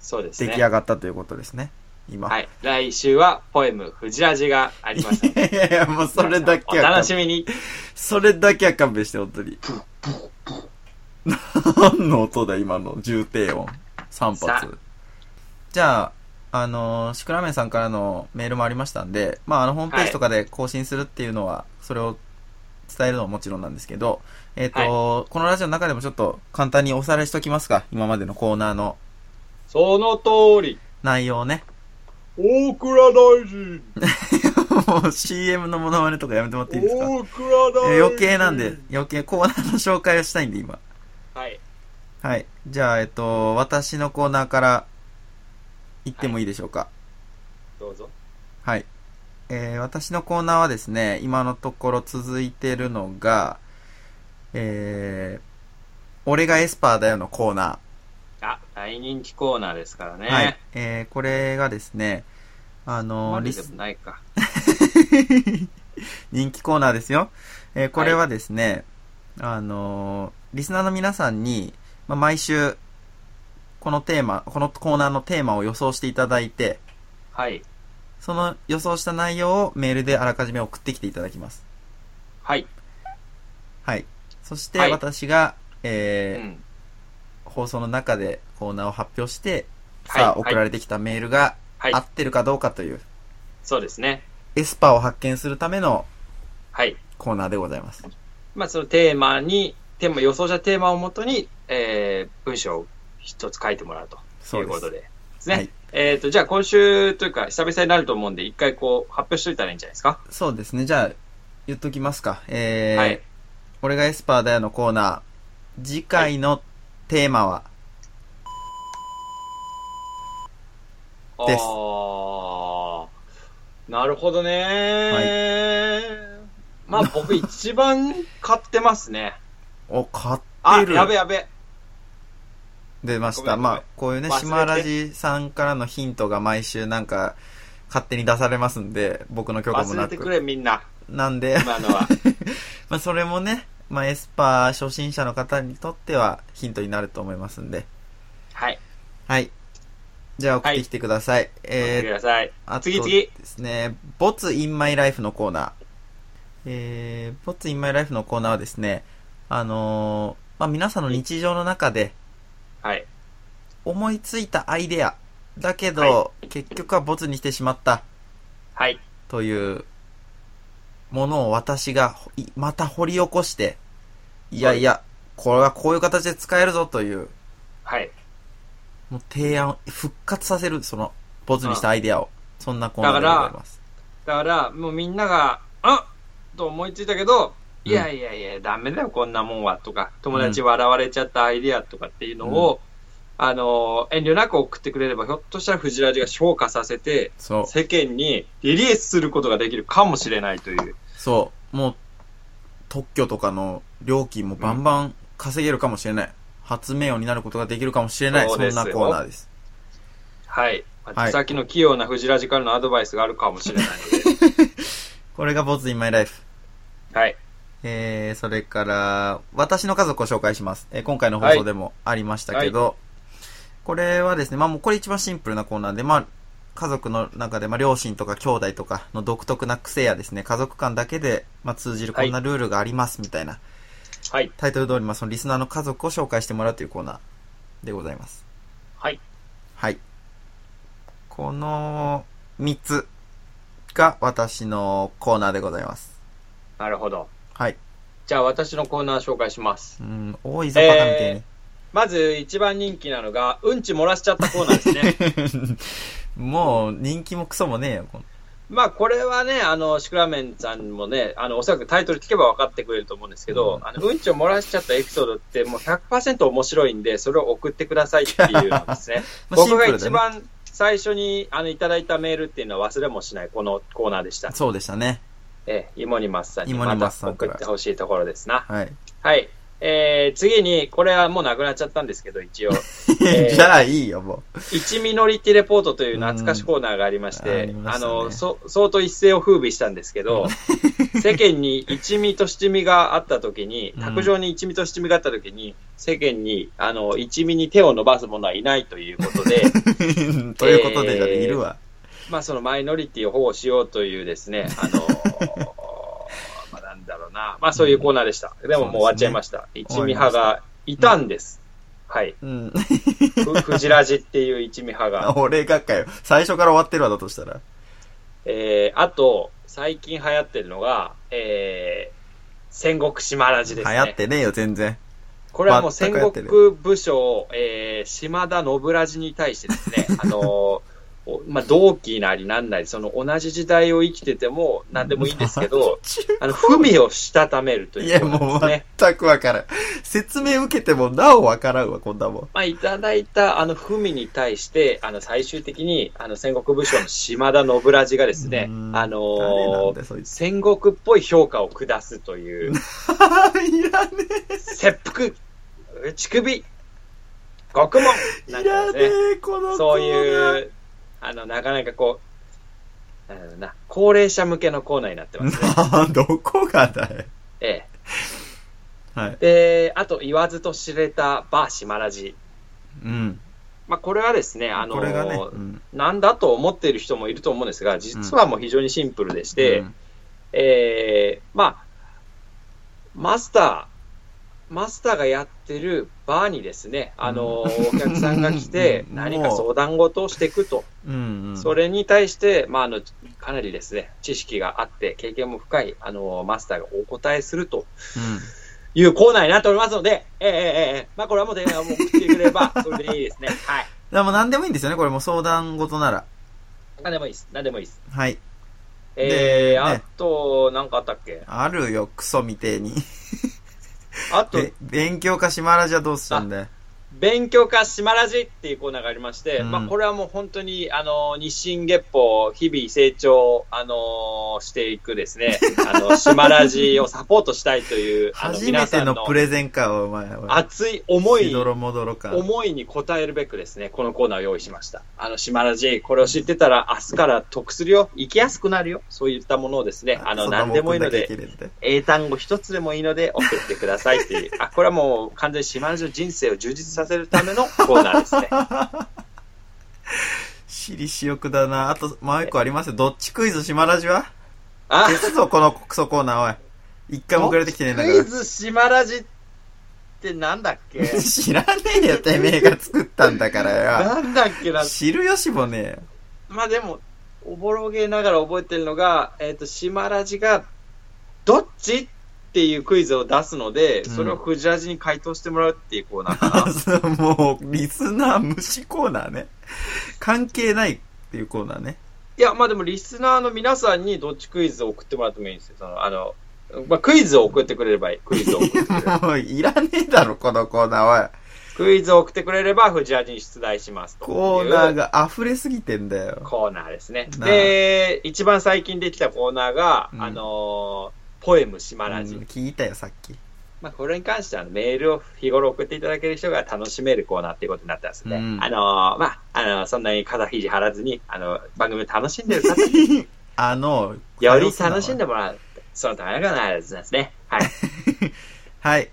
[SPEAKER 1] そうです
[SPEAKER 2] 出
[SPEAKER 1] ね。
[SPEAKER 2] 来上がったということですね。今。
[SPEAKER 1] はい。来週は、ポエム、フジラジがありましたの
[SPEAKER 2] い
[SPEAKER 1] で。
[SPEAKER 2] や いやいや、もうそれだけ
[SPEAKER 1] お
[SPEAKER 2] は
[SPEAKER 1] 楽
[SPEAKER 2] 勘
[SPEAKER 1] し
[SPEAKER 2] 弁。
[SPEAKER 1] みに。
[SPEAKER 2] それだけは勘弁して、本当に。 何の音だ、今の。重低音。3
[SPEAKER 1] さ
[SPEAKER 2] 発。じゃあ、あのーシクラメンさんからのメールもありましたんで、まあ、あの、ホームページとかで更新するっていうのは、それを伝えるのはもちろんなんですけど、えっ、と、このラジオの中でもちょっと簡単におさらいしときますか。今までのコーナーの
[SPEAKER 1] その通り、
[SPEAKER 2] 内容をね。
[SPEAKER 1] 大倉大臣。
[SPEAKER 2] もう CM のモノマネとかやめてもらっていいですか
[SPEAKER 1] 大倉大
[SPEAKER 2] え
[SPEAKER 1] 臣。
[SPEAKER 2] 余計なんで、。余計コーナーの紹介をしたいんで、今。
[SPEAKER 1] はい。
[SPEAKER 2] はい。じゃあ、えっと、私のコーナーから行ってもいいでしょうか。
[SPEAKER 1] どうぞ。
[SPEAKER 2] はい。えー、私のコーナーはですね、今のところ続いてるのが、えー、俺がエスパーだよのコーナ
[SPEAKER 1] あ、大人気コーナーですからね。
[SPEAKER 2] ー。はい。えー、これがですね、あの
[SPEAKER 1] ま
[SPEAKER 2] ー、
[SPEAKER 1] で
[SPEAKER 2] リ
[SPEAKER 1] でも
[SPEAKER 2] ス、
[SPEAKER 1] ないか。
[SPEAKER 2] 人気コーナーですよ。えー、これはですね、あのー、リスナーの皆さんに、まあ、毎週、このテーマ、このコーナーのテーマを予想していただいて、
[SPEAKER 1] はい。
[SPEAKER 2] その予想した内容をメールであらかじめ送ってきていただきます。
[SPEAKER 1] はい。
[SPEAKER 2] はい。そして
[SPEAKER 1] はい
[SPEAKER 2] 私が、
[SPEAKER 1] う
[SPEAKER 2] えー
[SPEAKER 1] ん。
[SPEAKER 2] 放送の中でコーナーを発表して、
[SPEAKER 1] はい
[SPEAKER 2] さあ
[SPEAKER 1] はい
[SPEAKER 2] 送られてきたメールが
[SPEAKER 1] はい
[SPEAKER 2] 合。ってるかどうかという、
[SPEAKER 1] そうですね。
[SPEAKER 2] エスパーを発見するための
[SPEAKER 1] はい。
[SPEAKER 2] コーナーでございます。
[SPEAKER 1] まあ、そのテーマに、テーマ、予想したテーマをもとに、えー、文章を一つ書いてもらうと
[SPEAKER 2] そ
[SPEAKER 1] いうう
[SPEAKER 2] で
[SPEAKER 1] こ
[SPEAKER 2] す。
[SPEAKER 1] とで。ですね。
[SPEAKER 2] はい
[SPEAKER 1] えっ、と、じゃあ今週というか、久々になると思うんで、一回こう、発表しといたらいいんじゃないですか。
[SPEAKER 2] そうですね。じゃあ、言っときますか。えー
[SPEAKER 1] はい。
[SPEAKER 2] 俺がエスパーだよのコーナー、次回のテーマは、です
[SPEAKER 1] あーなるほどね、まあ僕一番買ってます ね。
[SPEAKER 2] お、買っ
[SPEAKER 1] あ、
[SPEAKER 2] てる。
[SPEAKER 1] やべやべ。
[SPEAKER 2] 出ました。
[SPEAKER 1] ごめんごめん
[SPEAKER 2] まあ、こういうね、
[SPEAKER 1] 忘れて
[SPEAKER 2] 島ラジさんからのヒントが毎週なんか、勝手に出されますんで、僕の許可も
[SPEAKER 1] 忘れ
[SPEAKER 2] な
[SPEAKER 1] て
[SPEAKER 2] く。
[SPEAKER 1] くれみんな。
[SPEAKER 2] なんで、
[SPEAKER 1] 今のは。
[SPEAKER 2] まあ、それもね、まあ、エスパー初心者の方にとってはヒントになると思いますんで。
[SPEAKER 1] はい。
[SPEAKER 2] はい。じゃあ送ってきてください。
[SPEAKER 1] 見てく
[SPEAKER 2] えー、
[SPEAKER 1] ださい。
[SPEAKER 2] あと
[SPEAKER 1] 次次
[SPEAKER 2] ですね、ボツインマイライフのコーナー。えー、ボツインマイライフのコーナーはですね、あのーまあ、皆さんの日常の中で、
[SPEAKER 1] はい。
[SPEAKER 2] 思いついたアイデアだけど、
[SPEAKER 1] は
[SPEAKER 2] 結局はボツにしてしまった
[SPEAKER 1] はい。
[SPEAKER 2] というものを私がほいまた掘り起こしていやいや、これはこういう形で使えるぞという
[SPEAKER 1] はい。
[SPEAKER 2] もう提案を復活させるそのボツにしたアイデアをそんなコーナーで
[SPEAKER 1] だから
[SPEAKER 2] ございます
[SPEAKER 1] だから、もうみんなが、あと思いついたけど、いやいやいや、ダメだよ、こんなもんは、とか、友達笑われちゃったアイディアとかっていうのを、あの、遠慮なく送ってくれれば、ひょっとしたら藤ラジが昇華させて、
[SPEAKER 2] そう
[SPEAKER 1] 世間にリリースすることができるかもしれないという。
[SPEAKER 2] そうもう特許とかの料金もバンバン稼げるかもしれない、発明王になることができるかもしれない
[SPEAKER 1] そ
[SPEAKER 2] そ
[SPEAKER 1] うんですよ
[SPEAKER 2] なコーナーです
[SPEAKER 1] はい。
[SPEAKER 2] はい
[SPEAKER 1] さっきの器用な藤ラジからのアドバイスがあるかもしれないので。
[SPEAKER 2] これがボツインマイライフ
[SPEAKER 1] はい。
[SPEAKER 2] えー、それから、私の家族を紹介します。えー今回の放送でもありましたけど、これはですね、まあもうこれ一番シンプルなコーナーで、まあ、家族の中で、まあ両親とか兄弟とかの独特な癖やですね、家族間だけで、まあ通じるこんなルールがありますみたいな、
[SPEAKER 1] はい。
[SPEAKER 2] タイトル通り、まあそのリスナーの家族を紹介してもらうというコーナーでございます。
[SPEAKER 1] はい。
[SPEAKER 2] はい。この3つが私のコーナーでございます。
[SPEAKER 1] なるほど。
[SPEAKER 2] はい。
[SPEAKER 1] じゃあ私のコーナー紹介します。
[SPEAKER 2] うん、多いぞ、バカみたいに。
[SPEAKER 1] まず一番人気なのが、うんち漏らしちゃったコーナーですね。
[SPEAKER 2] もう人気もクソもねえよ、この
[SPEAKER 1] まあこれはね、あの、シクラメンさんもね、あの、おそらくタイトル聞けば分かってくれると思うんですけど、
[SPEAKER 2] う
[SPEAKER 1] うん、あの、うんちを漏らしちゃったエピソードってもう100%面白いんで、それを送ってくださいっていうのですね。
[SPEAKER 2] まあシ
[SPEAKER 1] 僕
[SPEAKER 2] ンプ
[SPEAKER 1] が
[SPEAKER 2] ルだね
[SPEAKER 1] 一番最初にあのいただいたメールっていうのは忘れもしないこのコーナーでした。
[SPEAKER 2] そうでしたね。
[SPEAKER 1] ええ、イモニマスさんに
[SPEAKER 2] イモニ
[SPEAKER 1] ま
[SPEAKER 2] マ
[SPEAKER 1] た
[SPEAKER 2] スさんか
[SPEAKER 1] 送
[SPEAKER 2] ら
[SPEAKER 1] ってほしいところですな。
[SPEAKER 2] はい。
[SPEAKER 1] はい。えー、次に、これはもうなくなっちゃったんですけど、 一応。えー
[SPEAKER 2] じゃあいいよ、もう。
[SPEAKER 1] 一ミノリティレポートという懐かしコーナーがありまし
[SPEAKER 2] うんあ
[SPEAKER 1] て、
[SPEAKER 2] りま
[SPEAKER 1] あ
[SPEAKER 2] したね
[SPEAKER 1] の、そ、相当一世を風靡したんですけど、 世間に一味と七味があった時に
[SPEAKER 2] う、ん
[SPEAKER 1] 卓上に一味と七味があった時に、世間に、あの、一味に手を伸ばす者はいないということ で、
[SPEAKER 2] ということで、じゃあいるわ。
[SPEAKER 1] まあ、そのマイノリティを保護しようというですね、あの ーまあ、なんだろうな、まあ、そういうコーナーでした。でももう終わっちゃいました。一味派がいたんです。はい。
[SPEAKER 2] うん。
[SPEAKER 1] ふフジラジっていう一味派が。
[SPEAKER 2] 俺がかよ。最初から終わってるわ、だとしたら。
[SPEAKER 1] えー、あと、最近流行ってるのが、えー、戦国島ラジです
[SPEAKER 2] 流
[SPEAKER 1] ね。
[SPEAKER 2] 行ってねえよ、全然。
[SPEAKER 1] これはもう
[SPEAKER 2] 全
[SPEAKER 1] 戦
[SPEAKER 2] く流行って
[SPEAKER 1] 国
[SPEAKER 2] る
[SPEAKER 1] 武将、えー、島田信ラジに対してです ね、あのーおまあ、同期なりなんなり、その同じ時代を生きてても何でもいいんですけど、あの、不備をしたためると
[SPEAKER 2] い
[SPEAKER 1] いう
[SPEAKER 2] や、
[SPEAKER 1] こと
[SPEAKER 2] も
[SPEAKER 1] で
[SPEAKER 2] う
[SPEAKER 1] すね。
[SPEAKER 2] 全くわからん。説明受けてもなおわからんわ、こんなもん。
[SPEAKER 1] まあ、いただいたあの不備に対して、あの、最終的に、あの、戦国武将の島田信ラジがですね
[SPEAKER 2] うー、ん
[SPEAKER 1] あ
[SPEAKER 2] 誰なん
[SPEAKER 1] の
[SPEAKER 2] だよ、そいつ。
[SPEAKER 1] 戦国っぽい評価を下すという、
[SPEAKER 2] いらね
[SPEAKER 1] 切腹、乳首、獄門
[SPEAKER 2] え、
[SPEAKER 1] ないん
[SPEAKER 2] ら
[SPEAKER 1] か
[SPEAKER 2] ね
[SPEAKER 1] ですね、
[SPEAKER 2] え、この
[SPEAKER 1] そう
[SPEAKER 2] う。
[SPEAKER 1] いう、あの、なかなかこう、なんだろうな、高齢者向けのコーナーになってますね。
[SPEAKER 2] なあ、どこがだよ。
[SPEAKER 1] え
[SPEAKER 2] はい
[SPEAKER 1] え。。で、あと、言わずと知れたバー島ラジ。
[SPEAKER 2] うん。
[SPEAKER 1] まあ、これはですね、あの
[SPEAKER 2] これがね。うん
[SPEAKER 1] なんだと思っている人もいると思うんですが、実はもう非常にシンプルでして、
[SPEAKER 2] うん
[SPEAKER 1] えーまあ、マスター、マスターがやってるバーにですね、あの、お客さんが来て
[SPEAKER 2] 、もう
[SPEAKER 1] 何か相談事をしていくと。
[SPEAKER 2] うん。うん
[SPEAKER 1] そ。れに対して、まあ、あの、かなりですね、知識があって、経験も深い、あの、マスターがお答えすると
[SPEAKER 2] うん。
[SPEAKER 1] いうコーナーになっておりますので、ええええええまあ、これはもう、ええもう、来てくれれ ば、それでいいですね。はい。
[SPEAKER 2] でも何でもいいんですよね、これもう相談事なら。
[SPEAKER 1] 何でもいいです。何でもいいです。
[SPEAKER 2] はい。
[SPEAKER 1] え
[SPEAKER 2] で
[SPEAKER 1] ー、あと、なんかあったっけ
[SPEAKER 2] あるよ、クソみてえに。
[SPEAKER 1] あと、
[SPEAKER 2] べ勉強か島ラジはどうしたんだよ。
[SPEAKER 1] 勉強家島ラジっていうコーナーがありまして、
[SPEAKER 2] うん
[SPEAKER 1] まあこれはもう本当に、あの、日進月歩、日々成長、あのしていくです ね、あの、島ラジをサポートしたいという、あの、
[SPEAKER 2] 初
[SPEAKER 1] 皆
[SPEAKER 2] め
[SPEAKER 1] さ
[SPEAKER 2] て
[SPEAKER 1] ん
[SPEAKER 2] の
[SPEAKER 1] の
[SPEAKER 2] プレゼンか、お前。
[SPEAKER 1] 熱い思
[SPEAKER 2] し
[SPEAKER 1] い、
[SPEAKER 2] どろもどろか。
[SPEAKER 1] 思いに応えるべくですね、このコーナーを用意しました。あの、島ラジ、これを知ってたら明日から得するよ、生きやすくなるよ、そういったものをですね、あの、
[SPEAKER 2] そんな
[SPEAKER 1] 何
[SPEAKER 2] もん
[SPEAKER 1] でもいいの
[SPEAKER 2] 送
[SPEAKER 1] で、
[SPEAKER 2] んなきゃいけね
[SPEAKER 1] 英単語一つでもいいので送ってくださいっていう。あ、これはもう完全に島ラジの人生を充実させるためのコーナーですね。
[SPEAKER 2] えんだよ私利私欲だな。あと、もう一個ありますよ。どっちクイズ島ラジは
[SPEAKER 1] あ
[SPEAKER 2] 消、すぞ、このクソコーナー、おい。一回も遅れてきてねえんだ
[SPEAKER 1] ク
[SPEAKER 2] か
[SPEAKER 1] イ
[SPEAKER 2] ら。
[SPEAKER 1] ズ島ラジってなんだっ け
[SPEAKER 2] 知らねえよ、てめえが作ったんだから
[SPEAKER 1] なんだっけな
[SPEAKER 2] よ。。知るよしもねえよ。
[SPEAKER 1] まあでも、おぼろげながら覚えてるのが、えっ、と、島ラジが、どっちっていうクイズを出すので、
[SPEAKER 2] うん
[SPEAKER 1] それをフジラジに回答してもらうっていうコーナーか な。
[SPEAKER 2] そうもう、リスナー無視コーナーね。関係ないっていうコーナーね。
[SPEAKER 1] いや、まあでも、リスナーの皆さんにどっちクイズを送ってもらってもいいんですよ。その、あの、まあ、クイズを送ってくれればいい。クイズを送ってくれれば。
[SPEAKER 2] もう、いらねえだろ、このコーナー、おい。
[SPEAKER 1] クイズを送ってくれれば、フジラジに出題しますという。
[SPEAKER 2] コーナーが溢れすぎてんだよ。
[SPEAKER 1] コーナーですね。
[SPEAKER 2] なあ
[SPEAKER 1] で、一番最近できたコーナーが、
[SPEAKER 2] うん
[SPEAKER 1] あのーポエム島ラジ。
[SPEAKER 2] うん聞いたよ、さっき。
[SPEAKER 1] まあ、これに関してはメールを日頃送っていただける人が楽しめるコーナーっていうことになってますんで、
[SPEAKER 2] うん
[SPEAKER 1] あのーまあ、あのーそんなに肩肘張らずに、あの番組を楽しんで る方に、
[SPEAKER 2] あの、
[SPEAKER 1] より楽しんで
[SPEAKER 2] も。
[SPEAKER 1] もらう。そのためがないですね。はい。
[SPEAKER 2] はい。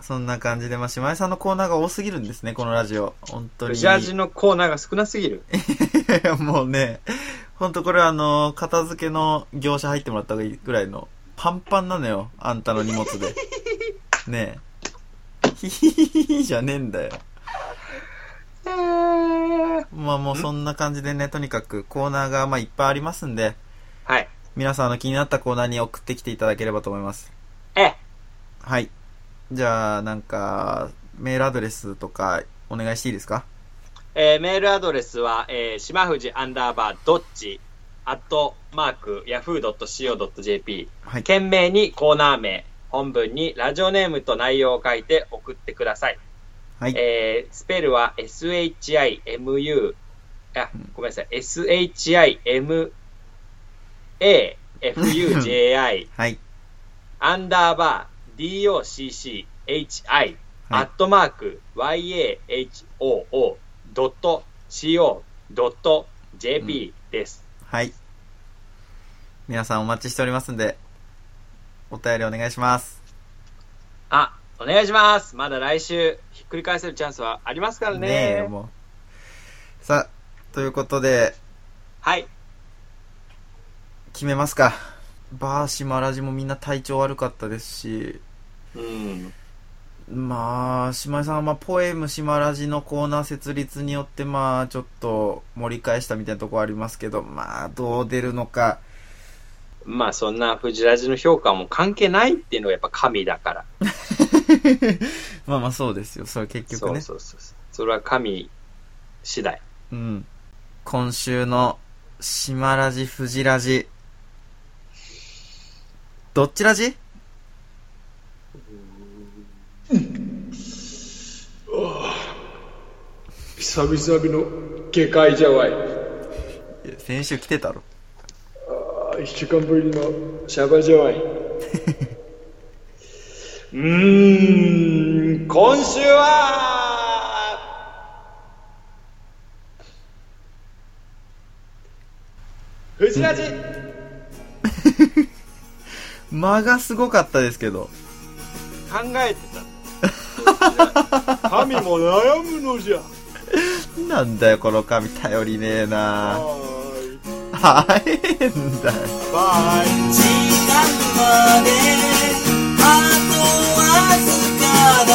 [SPEAKER 2] そんな感じで、まあ、島井さんのコーナーが多すぎるんですね、このラジオ。本当に。
[SPEAKER 1] ジャージのコーナーが少なすぎる。
[SPEAKER 2] もうね、ほんとこれはあの、片付けの業者入ってもらった方がいいぐらいの、パンパンなのよ、あんたの荷物で。ねえ。ヒヒヒヒヒじゃねえんだよ。まあもうそんな感じでね、とにかくコーナーがまあいっぱいありますんで、
[SPEAKER 1] はい。
[SPEAKER 2] 皆さんあの気になったコーナーに送ってきていただければと思います。
[SPEAKER 1] え、
[SPEAKER 2] はい。じゃあ、なんか、メールアドレスとかお願いしていいですか
[SPEAKER 1] えーメールアドレスは、えー、しまふじアンダーバーどっち、アットマーク、ヤフー .co.jp。
[SPEAKER 2] はい。
[SPEAKER 1] 懸命にコーナー名、本文にラジオネームと内容を書いて送ってください。
[SPEAKER 2] はい。
[SPEAKER 1] えースペルは SHIMU、あ、ごめんなさい、SHIMAFUJI
[SPEAKER 2] はい。
[SPEAKER 1] アンダーバー DOCCHI アットマーク YAHOO.CO.JP です。
[SPEAKER 2] はい。皆さんお待ちしておりますんで、お便りお願いします。
[SPEAKER 1] あ、お願いします。まだ来週ひっくり返せるチャンスはありますからね。
[SPEAKER 2] ねえ、もう。さあ、ということで、
[SPEAKER 1] はい。
[SPEAKER 2] 決めますか。バーシマラジもみんな体調悪かったですし、
[SPEAKER 1] うん。
[SPEAKER 2] まあ、島井さんは、まあ、ポエム島ラジのコーナー設立によって、まあ、ちょっと盛り返したみたいなところありますけど、まあ、どう出るのか。
[SPEAKER 1] まあそんな藤ラジの評価も関係ないっていうのがやっぱ神だから。
[SPEAKER 2] まあまあ、そうですよ。それ結
[SPEAKER 1] そ
[SPEAKER 2] 局
[SPEAKER 1] う
[SPEAKER 2] ね。
[SPEAKER 1] そうそうそう。それは神次第。
[SPEAKER 2] うん。今週の、島ラジ、富士ラジ。どっちラジ
[SPEAKER 1] 久々の下界じゃわい。
[SPEAKER 2] いや先週来てたろ。
[SPEAKER 1] 一週間ぶりのシャバじゃわい。 うーん、今週は、藤ラジ
[SPEAKER 2] 間がすごかったですけど。
[SPEAKER 1] 考えてた。神も悩むのじゃ。
[SPEAKER 2] なんだよ、この髪、頼りねえな早えんだよ。
[SPEAKER 1] バイ。
[SPEAKER 4] 時間まであとわずかだ